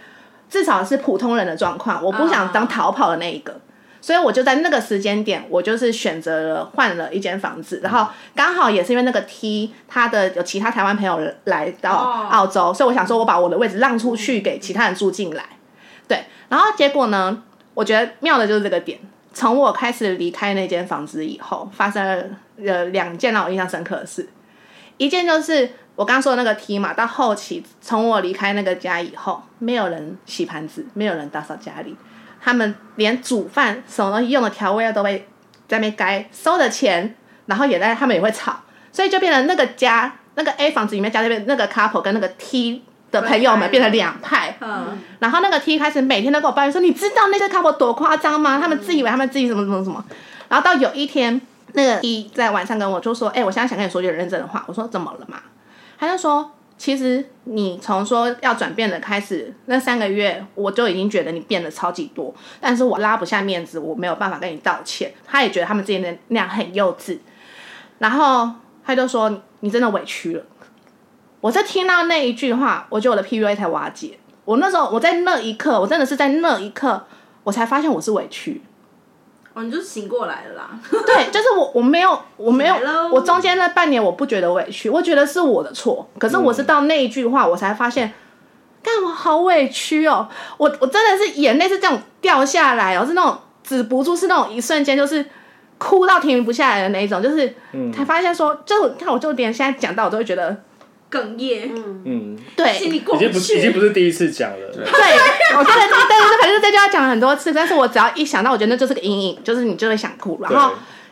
Speaker 4: 至少是普通人的状况，我不想当逃跑的那一个，所以我就在那个时间点，我就是选择了换了一间房子，然后刚好也是因为那个 T 他的有其他台湾朋友来到
Speaker 1: 哦
Speaker 4: 澳洲，所以我想说我把我的位置让出去给其他人住进来，对，然后结果呢，我觉得妙的就是这个点。从我开始离开那间房子以后，发生了呃两件让我印象深刻的事。一件就是我刚刚说的那个 T 嘛，到后期从我离开那个家以后，没有人洗盘子，没有人打扫家里，他们连煮饭什么东西用的调味料都被在那边该收的钱，然后也在他们也会吵，所以就变成那个家那个 A 房子里面家这边那个 couple 跟那个 T 的朋友们变成两派，
Speaker 1: 嗯，
Speaker 4: 然后那个 T 开始每天都跟我抱怨说：“你知道那个 couple 多夸张吗？他们自以为他们自己什么什么什么。”然后到有一天，那个 T 在晚上跟我就说：“哎、我现在想跟你说句认真的话。”我说：“怎么了嘛？”他就说：“其实你从说要转变的开始，那三个月我就已经觉得你变得超级多，但是我拉不下面子，我没有办法跟你道歉。他也觉得他们之间的那样很幼稚，然后他就说你真的委屈了。我在听到那一句话，我觉得我的 PUA 才瓦解。我那时候我在那一刻，我真的是在那一刻，我才发现我是委 屈。
Speaker 1: 哦，你就醒过来了啦。
Speaker 4: 对，就是我我没有我没有
Speaker 1: 来喽
Speaker 4: 我中间那半年我不觉得委屈，我觉得是我的错。可是我是到那一句话，我才发现，干我好委屈哦！我我真的是眼泪是这种掉下来哦，是那种止不住，是那种一瞬间就是哭到停不下来的那一种，就是
Speaker 1: 嗯
Speaker 4: 才发现说，就看我就连现在讲到我都会觉得
Speaker 1: 哽咽，
Speaker 5: 嗯，
Speaker 4: 对，
Speaker 1: 心里过
Speaker 5: 已经不
Speaker 1: 去。
Speaker 5: 是已经不是第一次讲了，对，
Speaker 4: 对，我觉得这但是反正这句话讲了很多次，但是我只要一想到，我觉得那就是个阴影，就是你就会想哭。然后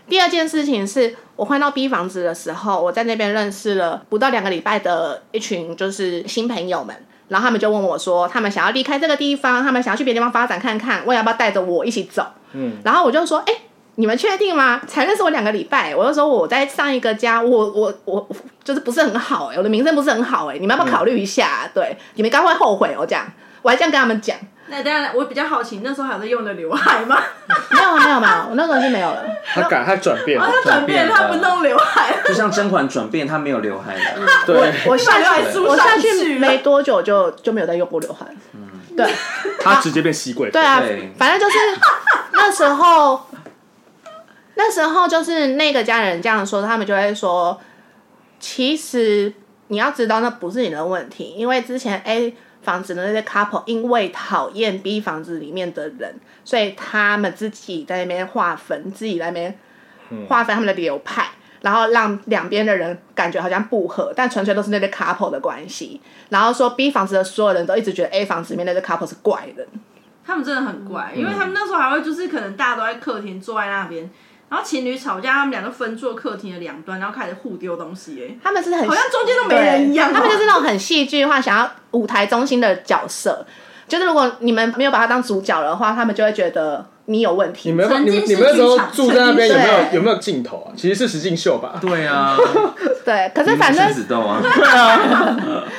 Speaker 4: 第二件事情是我换到 B 房子的时候，我在那边认识了不到两个礼拜的一群就是新朋友们。然后他们就问我说，他们想要离开这个地方，他们想要去别的地方发展看看，我也要不要带着我一起走？
Speaker 5: 嗯，
Speaker 4: 然后我就说，哎、你们确定吗？才认识我两个礼拜，我就说我在上一个家，我我我就是不是很好哎、我的名声不是很好哎、你们要不要考虑一下、对，你们应该会后悔哦、这样，我还这样跟他们讲，
Speaker 1: 那当然，我比较好奇，那时候还有在用的刘海吗？
Speaker 5: 嗯
Speaker 4: 没有啊没有没有，我那时候就没有了。
Speaker 5: 他改他转变了
Speaker 1: 他，转变，
Speaker 3: 变了
Speaker 1: 他不弄刘海了。
Speaker 3: 就像甄嬛转变，她没有刘海了。
Speaker 5: 对，
Speaker 4: 我下
Speaker 1: 把刘海
Speaker 4: 去，
Speaker 1: 梳
Speaker 4: 我下
Speaker 1: 上
Speaker 4: 去
Speaker 1: 去了
Speaker 4: 没多久就就没有再用过刘海了。对
Speaker 5: 他直接变吸鬼，
Speaker 4: 对啊
Speaker 3: 对，
Speaker 4: 反正就是那时候，那时候就是那个家人这样说，他们就会说，其实你要知道那不是你的问题，因为之前 A 房子的那些 couple 因为讨厌 B 房子里面的人，所以他们自己在那边划分，自己在那边划分他们的流派。然后让两边的人感觉好像不合，但纯粹都是那对 couple 的关系。然后说 B 房子的所有人都一直觉得 A 房子里面那对 couple 是怪人，
Speaker 1: 他们真的很怪，因为他们那时候还会就是可能大家都在客厅坐在那边，然后情侣吵架，他们俩就分坐客厅的两端，然后开始互丢东西，
Speaker 4: 他们是很
Speaker 1: 哎，好像中间都
Speaker 4: 嗯
Speaker 1: 没
Speaker 4: 对
Speaker 1: 人一样哦。
Speaker 4: 他们就是那种很戏剧化，想要舞台中心的角色。就是如果你们没有把他当主角的话，他们就会觉得你有问题。
Speaker 5: 你们你们你们那时候住在那边有没有有没有镜头啊？其实是实境秀吧，
Speaker 3: 对 啊，
Speaker 4: 对，可是反
Speaker 3: 樱木
Speaker 4: 正
Speaker 3: 仙子豆 啊，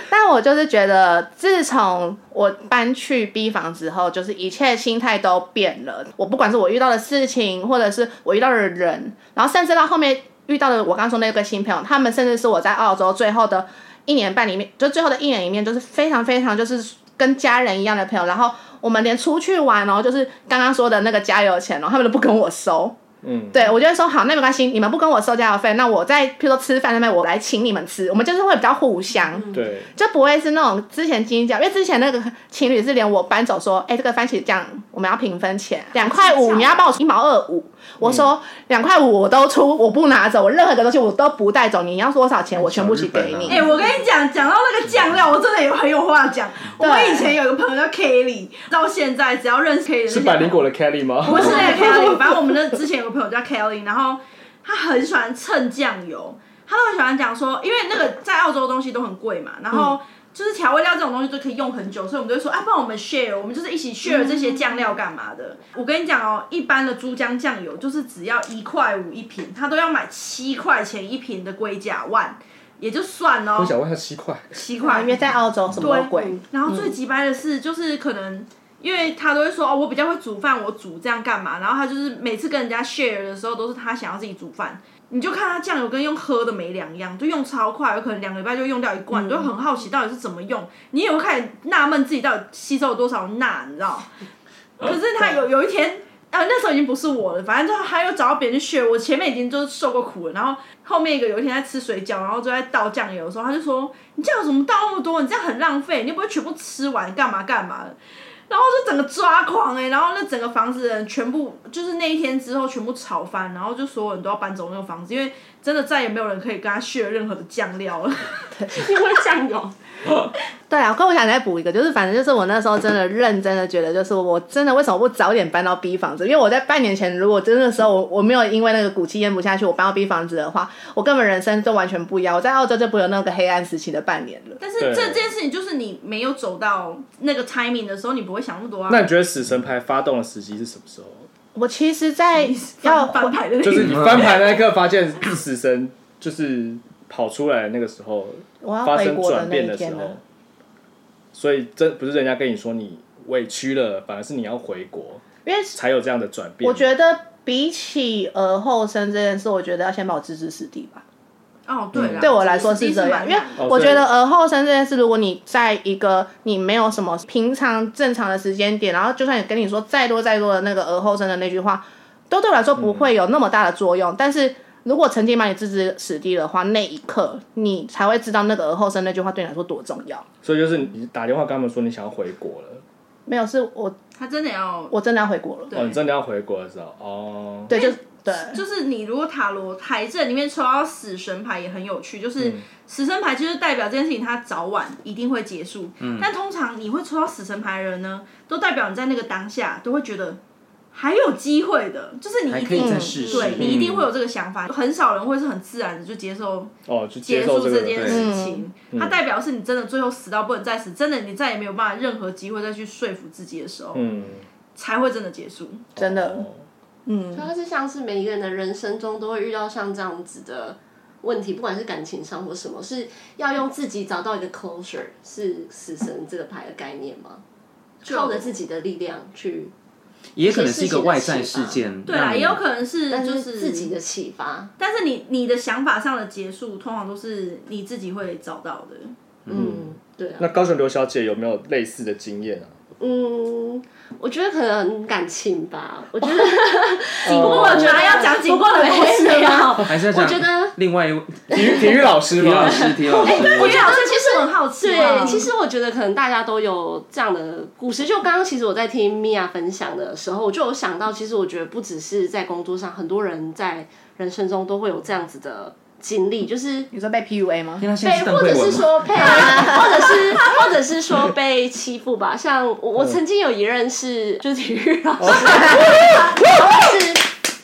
Speaker 4: 但我就是觉得，自从我搬去 B 房之后，就是一切心态都变了。我不管是我遇到的事情，或者是我遇到的人，然后甚至到后面遇到的我刚说那个新朋友，他们甚至是我在澳洲最后的一年半里面，就最后的一年里面，就是非常非常就是跟家人一样的朋友。然后我们连出去玩哦，就是刚刚说的那个加油钱哦，他们都不跟我收。
Speaker 5: 嗯，
Speaker 4: 对，我就会说好，那没关系，你们不跟我收加油费，那我在譬如说吃饭那边，我来请你们吃，我们就是会比较互相。
Speaker 5: 对，
Speaker 4: 就不会是那种之前斤斤计较，因为之前那个情侣是连我搬走说，哎、这个番茄酱我们要平分钱，两块五，你要帮我一毛二五。我说两块五我都出，我不拿走，我任何一个东西我都不带走，你要多少钱我全部一起给你。
Speaker 1: 哎、我跟你讲，讲到那个酱料，我真的有很有话讲。我以前有一个朋友叫 Kelly，到现在只要认识 Kelly 的那
Speaker 5: 是
Speaker 1: 些
Speaker 5: 百灵果的 Kelly 吗？
Speaker 1: 不是那个 Kelly，反正我们的之前有个朋友叫 Kelly，然后他很喜欢蹭酱油，他都很喜欢讲说，因为那个在澳洲的东西都很贵
Speaker 4: 嗯
Speaker 1: 嘛，然后就是调味料这种东西都可以用很久，所以我们就会说，啊，不然我们 share，我们就是一起
Speaker 4: 嗯
Speaker 1: share 这些酱料干嘛的。我跟你讲哦，一般的珠江酱油就是只要一块五一瓶，他都要买七块钱一瓶的龟甲万，也就算了、
Speaker 5: 我
Speaker 1: 哦，
Speaker 5: 想问一下七块，
Speaker 1: 七块，
Speaker 4: 哦因为在澳洲什么都贵，
Speaker 1: 然后最急掰的是，就是可能因为他都会说哦，我比较会煮饭，我煮这样干嘛？然后他就是每次跟人家 share 的时候，都是他想要自己煮饭。你就看他酱油跟用喝的没两样，就用超快，有可能两个礼拜就用掉一罐，你就很好奇到底是怎么用。你也会开始纳闷自己到底吸收了多少钠，你知道？可是他有有一天。啊，那时候已经不是我了，反正就还有找到别人去 share。我前面已经就是受过苦了，然后后面一个有一天在吃水饺，然后就在倒酱油的时候，他就说：“你酱油怎么倒那么多？你这样很浪费，你又不会全部吃完，干嘛干嘛的。”然后就整个抓狂哎、然后那整个房子的人全部就是那一天之后全部吵翻，然后就所有人都要搬走那个房子，因为真的再也没有人可以跟他 share 任何的酱料了。
Speaker 6: 因为酱油，
Speaker 4: 对啊，跟我想再补一个，就是反正就是我那时候真的认真的觉得，就是我真的为什么不早点搬到 B 房子？因为我在半年前，如果真的时候我我没有因为那个骨气咽不下去，我搬到 B 房子的话，我根本人生就完全不一样。我在澳洲就不会有那个黑暗时期的半年了。
Speaker 1: 但是
Speaker 5: 对
Speaker 1: 这件事情就是你没有走到那个 timing 的时候，你不会想那么多啊。
Speaker 5: 那你觉得死神牌发动的时机是什么时候？
Speaker 4: 我其实，在要
Speaker 1: 翻翻牌的那
Speaker 5: 就
Speaker 1: 个
Speaker 5: 是你翻牌那一刻发现死神就是跑出来的那个时候，
Speaker 4: 我要
Speaker 5: 发
Speaker 4: 哦回
Speaker 5: 生
Speaker 4: 国
Speaker 5: 转
Speaker 4: 的那
Speaker 5: 变
Speaker 4: 一
Speaker 5: 的时
Speaker 4: 天呢
Speaker 5: 候，，所以这不是人家跟你说你委屈了，反而是你要回国
Speaker 4: 因为
Speaker 5: 才有这样的转变。
Speaker 4: 我觉得比起而后生这件事，我觉得要先把我置之死地吧。
Speaker 1: 哦，对
Speaker 5: 啊
Speaker 1: 啦，
Speaker 4: 对我来说是这样，因为
Speaker 5: 哦
Speaker 4: 我
Speaker 5: 所以
Speaker 4: 觉得而后生这件事，如果你在一个你没有什么平常正常的时间点，然后就算你跟你说再多再多的那个而后生的那句话，都对我来说不会有那么大的
Speaker 5: 嗯
Speaker 4: 作用。但是如果曾经把你置之死地的话，那一刻你才会知道那个而后生那句话对你来说多重要。
Speaker 5: 所以就是你打电话跟他们说你想要回国了，
Speaker 4: 没有，是我
Speaker 1: 他真的要
Speaker 4: 我真的要回国了。
Speaker 5: 哦，
Speaker 1: 对
Speaker 5: 你，真的要回国的时候，哦，
Speaker 4: 对，就对，
Speaker 1: 就是你如果塔罗牌阵里面抽到死神牌也很有趣，就是
Speaker 5: 嗯
Speaker 1: 死神牌就是代表这件事情它早晚一定会结束。
Speaker 5: 嗯
Speaker 1: 但通常你会抽到死神牌的人呢，都代表你在那个当下都会觉得还有机会的，就是你
Speaker 3: 还
Speaker 1: 一
Speaker 3: 可以
Speaker 1: 定
Speaker 3: 再试试。
Speaker 1: 对你
Speaker 5: 嗯
Speaker 1: 一定会有这个想法，很少人会是很自然的就接受
Speaker 5: 哦，就接
Speaker 1: 结
Speaker 5: 受
Speaker 1: 束
Speaker 5: 这
Speaker 1: 这
Speaker 5: 个
Speaker 1: 件
Speaker 5: 对嗯
Speaker 1: 事情，它代表是你真的最后死到不能再死，真的你再也没有办法任何机会再去说服自己的时候，
Speaker 5: 嗯，
Speaker 1: 才会真的结束。
Speaker 4: 真的
Speaker 5: 哦
Speaker 6: 主要是像是每一个人的人生中都会遇到像这样子的问题，不管是感情上或什么，是要用自己找到一个 closure，是死神这个牌的概念吗？靠着自己的力量去，
Speaker 3: 也可能是一个外在事件，
Speaker 1: 对啊，
Speaker 3: 让你
Speaker 1: 也有可能是
Speaker 6: 但
Speaker 1: 就是是
Speaker 6: 自己的启发。
Speaker 1: 但是你你的想法上的结束，通常都是你自己会找到的。
Speaker 6: 嗯，对啊。
Speaker 5: 那高雄刘小姐有没有类似的经验啊？
Speaker 6: 嗯，我觉得可能感情吧，我觉得
Speaker 5: 不过我
Speaker 1: 哦觉得要讲紧迫的故事哦
Speaker 6: 没
Speaker 1: 吗
Speaker 6: 有，
Speaker 3: 还是要
Speaker 6: 我
Speaker 3: 讲。
Speaker 6: 觉得
Speaker 3: 另外一位
Speaker 5: 体育体育老
Speaker 3: 体
Speaker 5: 师
Speaker 3: 育老
Speaker 5: 吗？
Speaker 6: 哎
Speaker 3: 师，体育老师，
Speaker 6: 啊
Speaker 1: 我觉得老 师其实很好奇啊，
Speaker 6: 对，其实我觉得可能大家都有这样的故事。就刚刚其实我在听米娅分享的时候，我就有想到，其实我觉得不只是在工作上，很多人在人生中都会有这样子的经历，就是
Speaker 4: 你说被 PUA 吗？
Speaker 3: 天啊，现在
Speaker 6: 被
Speaker 3: 是邓
Speaker 6: 或
Speaker 3: 慧
Speaker 6: 者
Speaker 3: 文
Speaker 6: 是
Speaker 3: 吗？
Speaker 6: 说被，或者是或者是说被欺负吧。像我，我曾经有一任是就是体育老师，他是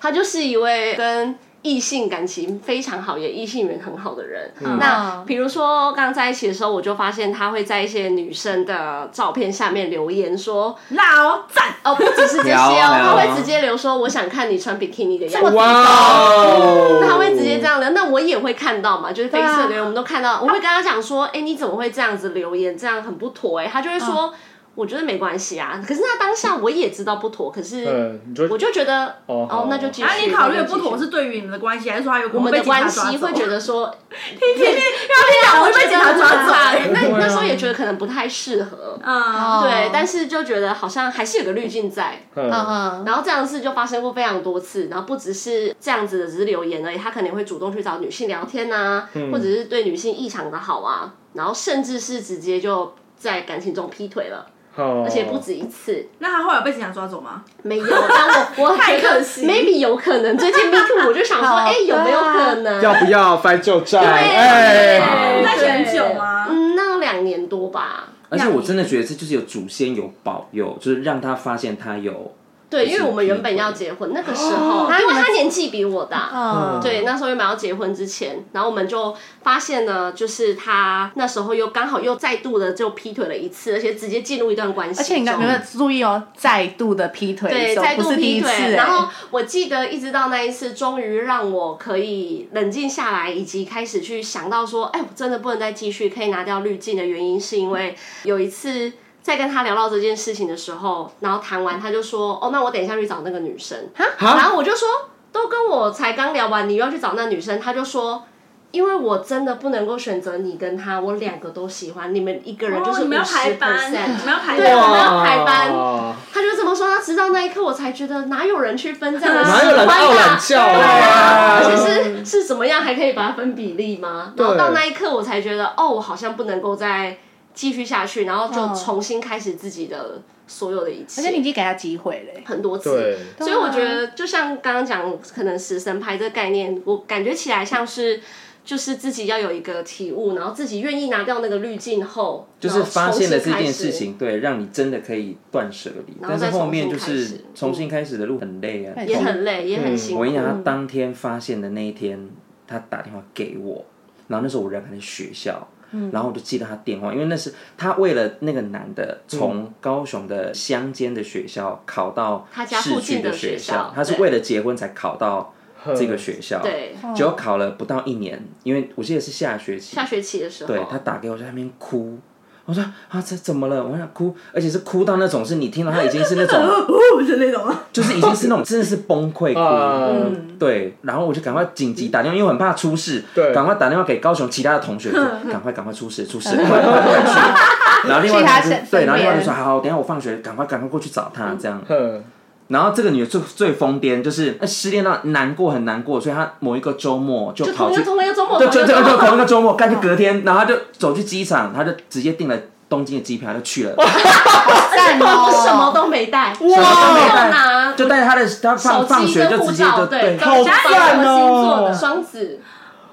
Speaker 6: 他就是一位跟。异性感情非常好，也异性缘很好的人。那比如说刚在一起的时候，我就发现他会在一些女生的照片下面留言说
Speaker 1: 辣哦赞：“
Speaker 6: 哦，不只是这些
Speaker 3: 聊
Speaker 6: 哦
Speaker 3: 啊，聊
Speaker 6: 他
Speaker 3: 啊
Speaker 6: 会直接留说我想看你穿比基尼的样子。”
Speaker 5: 哦
Speaker 6: 那他会直接这样留，那我也会看到嘛，就是
Speaker 4: 对啊
Speaker 6: Facebook 留言我们都看到，我会跟他讲说，哎、你怎么会这样子留言？这样很不妥哎、他就会说，
Speaker 1: 啊
Speaker 6: 我觉得没关系啊，可是那当下我也知道不妥，可是
Speaker 5: 嗯，你就
Speaker 6: 我就觉得，
Speaker 5: 哦
Speaker 6: 哦，
Speaker 5: 好
Speaker 6: 那就继续。
Speaker 1: 然后你考虑
Speaker 6: 那
Speaker 1: 的
Speaker 6: 就继
Speaker 1: 不
Speaker 6: 续
Speaker 1: 妥是对于你们的关系，还是说还有
Speaker 6: 我
Speaker 1: 我
Speaker 6: 们的关系，会觉
Speaker 1: 得
Speaker 6: 得说，
Speaker 1: 天天要讲我会被警察抓走，
Speaker 6: 那你那时候也觉得可能不太适合。
Speaker 4: 哦
Speaker 1: 嗯，
Speaker 6: 对，但是就觉得好像还是有个滤镜在，
Speaker 5: 嗯，
Speaker 4: 嗯嗯，
Speaker 6: 然后这样的事就发生过非常多次，然后不只是这样子的，只是留言而已，他可能会主动去找女性聊天呐、或者是对女性异常的好啊，然后甚至是直接就在感情中劈腿了，
Speaker 5: 而
Speaker 6: 而且不止一次。
Speaker 1: 那他后来有被警察抓走吗？
Speaker 6: 没有，但我我
Speaker 1: 哦太可惜
Speaker 6: maybe 有可能。最近 Me Too，我就想说，
Speaker 4: 好
Speaker 6: 哎、有没有
Speaker 4: 对啊
Speaker 6: 可能？
Speaker 5: 要不要翻旧账？
Speaker 6: 对
Speaker 5: 哎，
Speaker 1: 你在
Speaker 6: 对
Speaker 1: 选久啊吗
Speaker 6: 嗯，那有两年多吧。
Speaker 3: 而且我真的觉得这就是有祖先有保佑，就是让他发现他
Speaker 6: 哦
Speaker 3: 有
Speaker 6: 对，因
Speaker 3: 就
Speaker 6: 为
Speaker 3: 是
Speaker 6: 我们原本要结婚，那个时候，因为他年纪比我大，
Speaker 4: 嗯，
Speaker 6: 对，那时候原本要结婚之前，然后我们就发现呢，就是他那时候又刚好又再度的就劈腿了一次，而且直接进入一段关系
Speaker 4: 而
Speaker 6: 中，
Speaker 4: 且你刚有没有注意哦？再度的劈腿的
Speaker 6: 对
Speaker 4: 时候，
Speaker 6: 再
Speaker 4: 不
Speaker 6: 度
Speaker 4: 是第
Speaker 6: 劈
Speaker 4: 一次欸，
Speaker 6: 腿，
Speaker 1: 哎
Speaker 6: 然后我记得一直到那一次，终于让我可以冷静下来，以及开始去想到说，哎，我真的不能再继续，可以拿掉滤镜的原因，是因为有一次。在跟他聊到这件事情的时候，然后谈完，他就说：“哦，那我等一下去找那个女生。”然后我就说：“都跟我才刚聊完，你又要去找那女生？”他就说：“因为我真的不能够选择你跟他，我两个都喜欢，你们一个人就是
Speaker 1: 哦你
Speaker 6: 五
Speaker 1: 们要排
Speaker 6: 十
Speaker 1: 班，你
Speaker 6: percent，
Speaker 1: 们要排
Speaker 6: 对，我们
Speaker 1: 班，
Speaker 6: 要排班。”
Speaker 5: 哦
Speaker 6: 他就这么说，他直到那一刻我才觉得哪有人去分 这样的喜
Speaker 5: 哪有
Speaker 6: 欢
Speaker 5: 人傲懒
Speaker 6: 啊？
Speaker 5: 觉
Speaker 6: 而且
Speaker 5: 啊？
Speaker 6: 是是怎么样还可以把它分比例吗？然后
Speaker 5: 对
Speaker 6: 到那一刻我才觉得，哦，我好像不能够再继续下去，然后就重新开始自己的所有的一
Speaker 4: 嗯而且你已
Speaker 6: 切，
Speaker 4: 经给他机会嘞，
Speaker 6: 很多次
Speaker 5: 对。，
Speaker 6: 所以我觉得，就像刚刚讲，可能食神牌这个概念，我感觉起来像是。就是自己要有一个体悟，然后自己愿意拿掉那个滤镜后，
Speaker 3: 就是发现了这
Speaker 6: 然后重
Speaker 3: 件
Speaker 6: 新开始
Speaker 3: 事，情，对，让你真的可以断舍离。
Speaker 6: 然后
Speaker 3: 但是
Speaker 6: 再
Speaker 3: 后面就
Speaker 6: 重新开
Speaker 3: 是
Speaker 6: 始嗯
Speaker 3: 重新开始的路很累啊。
Speaker 4: 嗯
Speaker 6: 也很累，也很辛苦。
Speaker 3: 我跟你讲，他当天发现的那一天，他打电话给我，然后那时候我人还在学校，
Speaker 6: 嗯
Speaker 3: 然后我就记得他电话，因为那是他为了那个男的从高雄的乡间的学校考到
Speaker 6: 他家
Speaker 3: 市
Speaker 6: 附
Speaker 3: 区
Speaker 6: 近的
Speaker 3: 学
Speaker 6: 学校
Speaker 3: 他是
Speaker 6: 对
Speaker 3: 为了结婚才考到这个学校，
Speaker 6: 对，
Speaker 3: 结果考了不到一年，因为我记得是下学期
Speaker 6: 下，学期的时候，
Speaker 3: 对他打给我在那边哭。我说啊，这怎么了？我想哭，而且是哭到那种，是你听到他已经是那 种，
Speaker 1: 哦的那种啊。
Speaker 3: 就是已经是那种真的是崩溃哭。
Speaker 5: 啊，
Speaker 6: 嗯
Speaker 3: 对，然后我就赶快紧急打电话，因为我很怕出事，
Speaker 5: 对
Speaker 3: 赶快打电话给高雄其他的同学，说赶快赶快出事出事，赶快赶快赶快去。然后另外一
Speaker 4: 去他
Speaker 3: 个
Speaker 4: 身
Speaker 3: 就对，然后另外一个
Speaker 4: 身边
Speaker 3: 就说好，好等一下我放学赶快赶快过去找他这样。
Speaker 5: 哼，
Speaker 3: 然后这个女的最最疯癫，就是呃失恋到难过很难过，所以她某一个周末就
Speaker 6: 就
Speaker 3: 跑
Speaker 6: 同一
Speaker 3: 去
Speaker 6: 个，同一个周末，
Speaker 3: 对，就
Speaker 6: 同一
Speaker 3: 就
Speaker 6: 个周
Speaker 3: 就
Speaker 6: 末
Speaker 3: 同一个周末，干就隔天，然后她就走去机场，她就直接订了东京的机票就去了，
Speaker 4: 赞
Speaker 6: 我什么
Speaker 4: 哦！
Speaker 6: 都没带，
Speaker 3: 什么都没
Speaker 6: 没有
Speaker 3: 带，
Speaker 6: 拿
Speaker 3: 就带着她的她
Speaker 6: 手
Speaker 3: 放放
Speaker 6: 机
Speaker 3: 学
Speaker 6: 跟
Speaker 3: 就
Speaker 6: 护
Speaker 3: 直接
Speaker 6: 照，
Speaker 3: 就
Speaker 6: 对，
Speaker 3: 对
Speaker 6: 跟家里什么
Speaker 2: 赞哦
Speaker 6: 星座的双子，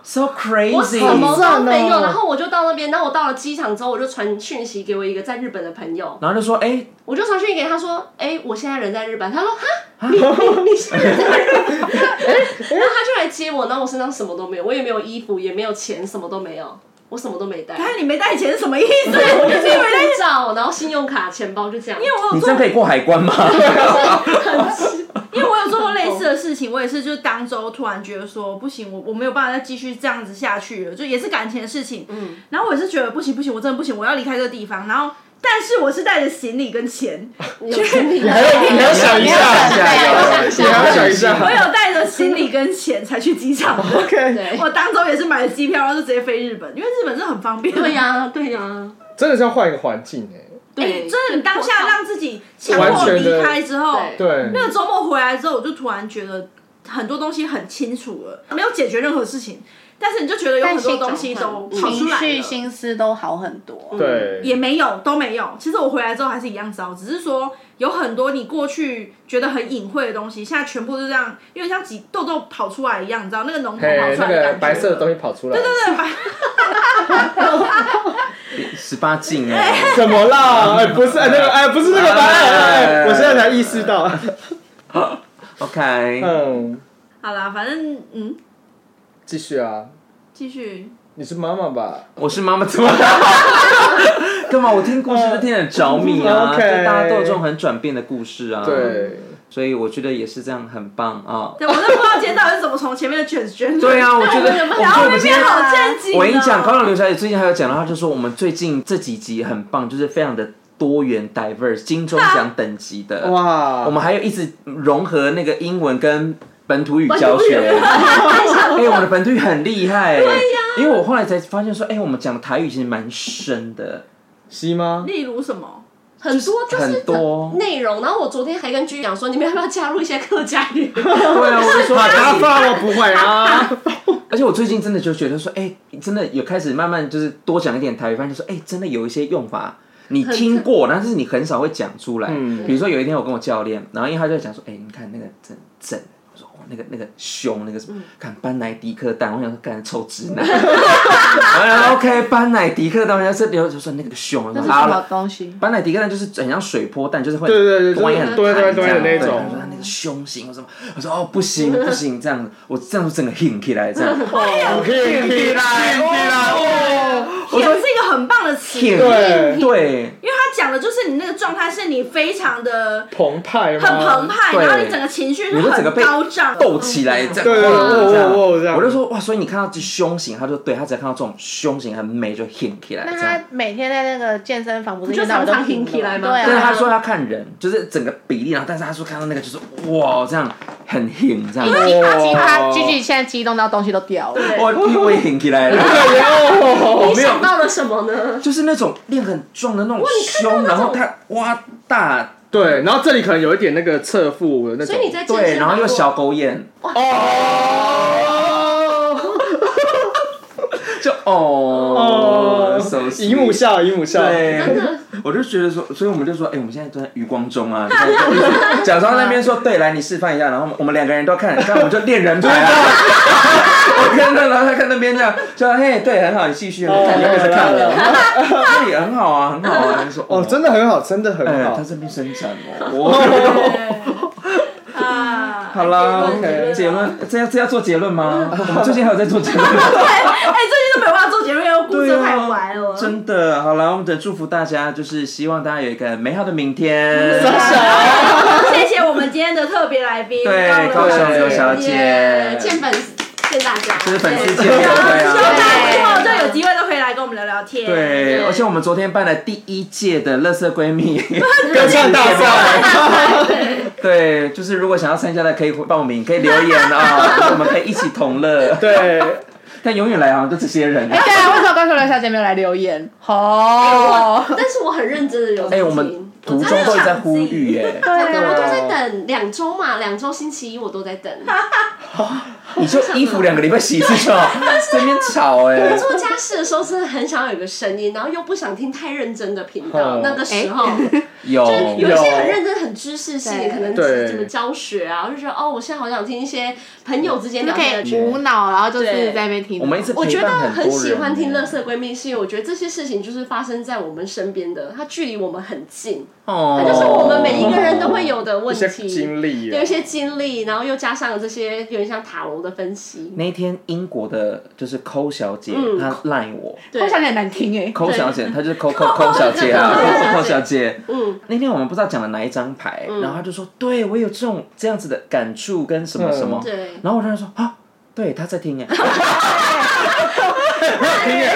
Speaker 3: ，so
Speaker 6: 我什么
Speaker 3: crazy。
Speaker 6: 都没
Speaker 4: 好
Speaker 6: 有，
Speaker 4: 赞哦
Speaker 6: 然后我就到那边，然后我到了机场之后，我就传讯息给我一个在日本的朋友，
Speaker 3: 然后就说，哎、
Speaker 6: 我就传讯息给他说，哎，我现在人在日本，他说哈，你 你你现在人在日本， 然后他就来接我，然后我身上什么都没有，我也没有衣服，也没有钱，什么都没有，我什么都没带，
Speaker 1: 看你没带钱是什么意思？
Speaker 6: 对， 我
Speaker 1: 你
Speaker 6: 就
Speaker 1: 自
Speaker 6: 是
Speaker 1: 己
Speaker 6: 有
Speaker 1: 没带，
Speaker 6: 护照，然后信用卡、钱包就这样，
Speaker 1: 因为我
Speaker 3: 你
Speaker 1: 有
Speaker 3: 这样
Speaker 1: 做，
Speaker 3: 可以过海 关吗？
Speaker 1: 因为我有做过类似的事情，我也是就是当周突然觉得说不行，我我没有办法再继续这样子下去了，就也是感情的事情。嗯，然后我也是觉得不行不行，我真的不行，我要离开这个地方。然后，但是我是带着行李跟钱，
Speaker 6: 有行李，
Speaker 5: 还有你还要想一下，
Speaker 4: 你还要
Speaker 6: 想一下
Speaker 5: 你还要想一
Speaker 1: 我
Speaker 5: 下
Speaker 1: 有带着行李跟钱才去机场的。
Speaker 5: ，OK，
Speaker 6: 对
Speaker 1: 我当周也是买了机票，然后就直接飞日本，因为日本是很方便。
Speaker 6: 对
Speaker 5: 啊
Speaker 6: 呀，对呀。
Speaker 5: 真的是要换一个环境哎，
Speaker 1: 哎，真的，你当下让自己强
Speaker 5: 完
Speaker 1: 迫
Speaker 5: 全的
Speaker 1: 离开之后，
Speaker 6: 对
Speaker 5: 对，
Speaker 1: 那个周末回来之后，我就突然觉得很多东西很清楚了，没有解决任何事情，但是你就觉得有很多东西都跑出
Speaker 4: 情
Speaker 1: 来
Speaker 4: 绪、
Speaker 1: 了，
Speaker 4: 心思都好很多。
Speaker 5: 对，
Speaker 1: 也没有都没有。其实我回来之后还是一样糟，只是说有很多你过去觉得很隐晦的东西，现在全部就这样，因为像挤痘痘跑出来一样，你知道那个脓头跑
Speaker 5: 嘿，
Speaker 1: 出
Speaker 5: 那
Speaker 1: 来的感
Speaker 5: 个
Speaker 1: 觉。
Speaker 5: 白色的东西跑出来，
Speaker 1: 对白
Speaker 3: 十八禁哎，
Speaker 5: 怎么啦？哎，不是，哎，那个，哎，不是那个答案，哎，我现在才意识到，
Speaker 3: ，OK，
Speaker 5: 嗯，
Speaker 1: 好啦，反正嗯，
Speaker 5: 继续啊，
Speaker 1: 继续。
Speaker 5: 你是妈妈吧？
Speaker 3: 我是妈妈，怎么？干嘛？我听故事就听得很着迷啊，
Speaker 5: 嗯
Speaker 3: 就
Speaker 5: OK
Speaker 3: 大家都有这种很转变的故事啊，，
Speaker 5: 对，
Speaker 3: 所以我觉得也是这样，很棒啊。
Speaker 1: 对，我都不知道今天到底是怎么从前面的卷卷
Speaker 3: 对啊，我觉得，我
Speaker 1: 然
Speaker 3: 觉得
Speaker 1: 后
Speaker 3: 我
Speaker 1: 那
Speaker 3: 们今
Speaker 1: 边
Speaker 3: 天，
Speaker 1: 好正经、哦。
Speaker 3: 啊我跟你讲，高冷刘小姐最近还有讲到，她就说我们最近这几集很棒，就是非常的多元 diverse，金钟奖等级
Speaker 6: 嗯
Speaker 3: 的。
Speaker 5: 哇，
Speaker 3: 我们还有一直融合那个英文跟本土语教学。
Speaker 1: 本土语
Speaker 3: 哎、我们的本土语很厉害、对呀、因为我后来才发现说，哎、我们讲的台语其实蛮深的，
Speaker 5: 西吗？
Speaker 1: 例如什么？
Speaker 6: 很多就是
Speaker 3: 很多
Speaker 6: 内容，然后我昨天还跟居讲说，你们要不要加入一些客家 语？
Speaker 3: 对啊，我就说，
Speaker 5: 打发我不会啊，
Speaker 3: 而且我最近真的就觉得说，哎、真的有开始慢慢就是多讲一点台语，发现说，哎、真的有一些用法你听过，但是你很少会讲出来。
Speaker 5: 嗯
Speaker 3: 比如说有一天我跟我教练，然后因为他就在讲说，哎、你看那个真正。我说哦那个那个凶那个什么，看班乃迪克蛋，我想说干臭直男。然后 OK，班乃迪克蛋，然后这里就说那个凶，我
Speaker 4: 那
Speaker 3: 说
Speaker 4: 是
Speaker 3: 好
Speaker 4: 什么
Speaker 3: 了，
Speaker 4: 东西？
Speaker 3: 班乃迪克蛋就是很像水波蛋，就是会
Speaker 5: 对对对就是
Speaker 3: 多一很
Speaker 5: 多一多一多一的那
Speaker 3: 对他
Speaker 5: 种
Speaker 3: 说他那个胸型或什么，我说哦不行不行这样子，我这样子整个 hing 起来这样，
Speaker 5: 可以，可以来，哦可以来，
Speaker 1: 舔是一个很棒的词，因
Speaker 3: 挺
Speaker 1: 为
Speaker 5: 对，
Speaker 3: 对
Speaker 1: 它讲的就是你那个状态是你非常的
Speaker 5: 澎湃吗？
Speaker 1: 很澎湃，
Speaker 3: 呃对
Speaker 1: 然后你整个情绪
Speaker 3: 你
Speaker 1: 是
Speaker 3: 就整个
Speaker 1: 很
Speaker 3: 被
Speaker 1: 高涨，
Speaker 3: 斗起来这样，
Speaker 5: 对对
Speaker 3: 这
Speaker 5: 对
Speaker 3: 样
Speaker 5: 哇哇哇这样
Speaker 3: 我就说哇，所以你看到这胸型，他就对他只要看到这种胸型很美就 hing 起来
Speaker 4: 那
Speaker 3: 这
Speaker 4: 他啊
Speaker 3: 样。
Speaker 4: 每天在那个健身房不是
Speaker 6: 就
Speaker 4: 一天到晚都
Speaker 6: 常常
Speaker 4: 停
Speaker 6: 挺起来吗
Speaker 4: 对
Speaker 3: 但是他
Speaker 4: 啊，
Speaker 3: 说要看人，就是整个比例，然后但是他说看到那个就是哇这样很 hing 这样，
Speaker 4: 因为他
Speaker 5: 哦
Speaker 4: 居居现在激动到东西都掉了。
Speaker 3: 我我也 hing 起来了，
Speaker 5: 哦，
Speaker 6: 你想到了什么呢？
Speaker 3: 就是那种练很壮的那种胸，然后他哇大
Speaker 5: 对，然后这里可能有一点那个侧腹的那种，
Speaker 6: 所以你在健
Speaker 3: 对，
Speaker 6: 身
Speaker 3: 然后
Speaker 6: 房
Speaker 3: 又
Speaker 6: 过
Speaker 3: 小狗眼，
Speaker 5: 哦
Speaker 3: 就哦，手
Speaker 5: 姨母笑，姨母笑，
Speaker 3: 对，我就觉得说，所以我们就说，哎、我们现在都在余光中 啊，就在就是假装那边说，对，来你示范一下，然后我们我们两个人都看，这样我们就练人牌 啊。我看到，然后他看那边这样，就嘿，对，很好，你继续，
Speaker 5: 哦
Speaker 3: 我看你又在看我，这里很好啊，很好啊，就说
Speaker 5: 哦，真的很好，真的很
Speaker 3: 哎，
Speaker 5: 好
Speaker 3: 他，这边伸展哦，
Speaker 1: 对 啊，
Speaker 3: 好啦
Speaker 1: 结论
Speaker 5: ，OK，
Speaker 3: 结，论，这要这要做结论吗？
Speaker 5: 哦
Speaker 3: 我们最近还有在做结 论吗。
Speaker 1: 哎，最近都没有办法做结论，因为故
Speaker 3: 对
Speaker 1: 事
Speaker 3: 啊
Speaker 1: 太歪了。
Speaker 3: 真的，好了，我们
Speaker 5: 嗯
Speaker 3: 只能祝福大家，就是希望大家有一个美好的明天。
Speaker 1: 谢谢我们们今天的特别来宾，
Speaker 3: 对
Speaker 1: 高
Speaker 3: 高
Speaker 5: 雄
Speaker 1: 小
Speaker 5: 刘小
Speaker 3: 姐
Speaker 6: 耶见粉丝见大家，
Speaker 3: 这是粉丝
Speaker 6: 对
Speaker 3: 见面对
Speaker 1: 希望
Speaker 3: 啊。
Speaker 1: 大家以后就有机会都可以来跟我们聊聊天。
Speaker 3: 对，而且我们昨天办了第一届的乐色闺 蜜 歌
Speaker 5: 唱大赛，
Speaker 3: 对，就是如果想要参加的可以报名，可以留言 啊，就是我们可以一起同乐。
Speaker 5: 对，
Speaker 3: 但永远来好像就这些人。
Speaker 4: 哎，对啊，为什么高雄刘小姐没有来留言？哦，
Speaker 6: 但是我很认真的有
Speaker 3: 哎，
Speaker 6: 听
Speaker 3: 我们途中都一直在呼吁 耶，
Speaker 6: 真啊的，我都在等两周嘛，两周星期一我都在等。
Speaker 3: 你就衣服两个礼拜洗一次就 好，在那边吵哎。
Speaker 6: 做家事的时候真的很想有一个声音，然后又不想听太认真的频道。
Speaker 3: 嗯
Speaker 5: 哦
Speaker 6: 那个时候，
Speaker 3: 哎有
Speaker 6: 有一些很认真、很知识性的，
Speaker 4: 对
Speaker 6: 可能
Speaker 5: 对
Speaker 6: 是什么教学啊，我就觉得哦，我现在好想听一些朋友之间
Speaker 4: 就
Speaker 6: 聊
Speaker 4: 可
Speaker 6: 天的
Speaker 4: 以
Speaker 6: 剧。
Speaker 4: 无脑，然后就是
Speaker 1: 对
Speaker 4: 在那边听。
Speaker 3: 我们一直
Speaker 6: 我觉
Speaker 3: 陪
Speaker 6: 得
Speaker 3: 伴
Speaker 6: 很
Speaker 3: 很多
Speaker 6: 喜欢
Speaker 3: 人
Speaker 6: 听《
Speaker 3: 耶
Speaker 6: 乐色闺蜜》，是因为我觉得这些事情就是发生在我们身边的，它距离我们很近，
Speaker 3: 哦
Speaker 6: 它就是我们每一个人都会有的
Speaker 5: 一
Speaker 6: 问
Speaker 5: 些
Speaker 6: 题，
Speaker 5: 经历啊，
Speaker 6: 有一些经历，然后又加上这些有点像塔罗的分析，
Speaker 3: 那一天英国的就是抠小姐，
Speaker 6: 嗯
Speaker 3: 她赖我，
Speaker 6: 对
Speaker 4: 我想很难听哎，
Speaker 3: 抠小姐，她就是 抠抠抠小姐啊，
Speaker 6: 对对
Speaker 3: 抠抠小姐。嗯
Speaker 6: 嗯，
Speaker 3: 那天我们不知道讲了哪一张牌，然后她就说，对我有这种这样子的感触跟什么什么
Speaker 5: 嗯，
Speaker 6: 对。
Speaker 3: 然后我就跟她说啊，对，她在 听哎，
Speaker 6: 你以为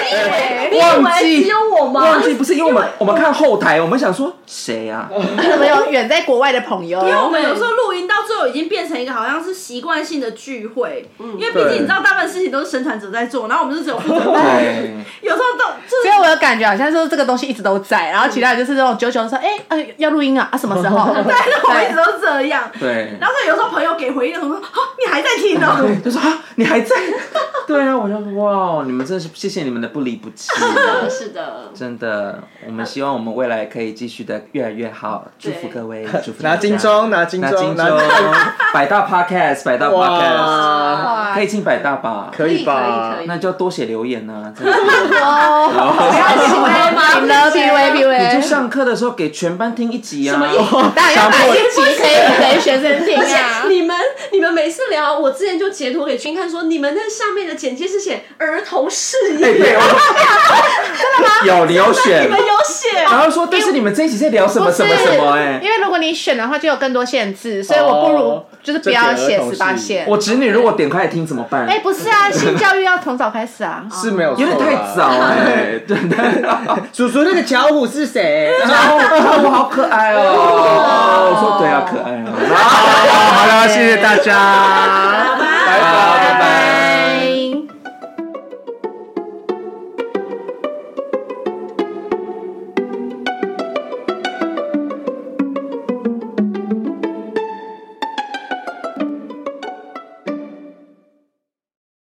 Speaker 6: 只有我吗
Speaker 3: 忘？记不是因为我们我们看后台，我们想说谁 啊，
Speaker 4: 可能有远在国外的朋友，
Speaker 1: 因为我们有时候录音到最后已经变成一个好像是习惯性的聚会，因为毕竟你知道大部分事情都是生产者在做，然后我们就只有负 责办，
Speaker 3: 对，
Speaker 1: 有时候都就是
Speaker 4: 所以我有感觉好像说这个东西一直都在，然后其他人就是这种久久地说，哎、呃，要录音啊，啊什么时候？对
Speaker 1: 但是我们一直都这样。
Speaker 3: 对，
Speaker 1: 然后所以有时候朋友给回应的时候， 啊，你还在听 哦、
Speaker 3: 对，就说啊，你还在？ 对啊，我就说哇，你们真是谢谢你们的不离不弃。
Speaker 6: 是的，
Speaker 3: 真的，我们希望我们未来可以继续的越来越好，祝福
Speaker 6: 对
Speaker 3: 各位，祝福
Speaker 5: 拿
Speaker 3: 大家
Speaker 5: 金钟，拿金
Speaker 3: 拿
Speaker 5: 钟，
Speaker 3: 金钟，百大 podcast，百大 podcast，
Speaker 5: 哇，
Speaker 3: 可以进百大吧？
Speaker 5: 可以吧
Speaker 6: 可以可以可以？
Speaker 3: 那就要多写留言呐、真 的
Speaker 4: 哦，你呢？B V B
Speaker 3: 你就
Speaker 4: V，
Speaker 3: 上课的时候给全班听一集啊！
Speaker 4: 当然要买一集可以给学生听
Speaker 6: 而
Speaker 4: 啊
Speaker 6: 且。你们你们每次聊，我之前就截图给君看说，你们那上面的简介是写儿童适宜，
Speaker 3: 对
Speaker 6: 你
Speaker 3: 对，有你有选，
Speaker 6: 们有写，
Speaker 3: 然后说，但是你们这一集在聊什么什么什么、哎
Speaker 4: 因，为如果你选的话，就有更多限制，所以我不如就是不要写十八线。
Speaker 3: 我侄女如果点开来听怎么办？
Speaker 4: 哎，不是啊，性教育要从早开始啊。
Speaker 5: 是没有错
Speaker 3: 有
Speaker 5: 啦，
Speaker 3: 点太早哎、真的。
Speaker 5: 叔叔那个巧虎是谁？
Speaker 3: 然后我好可爱哦！我说对啊，可爱啊。
Speaker 5: 好了，谢谢大家。
Speaker 1: 拜拜。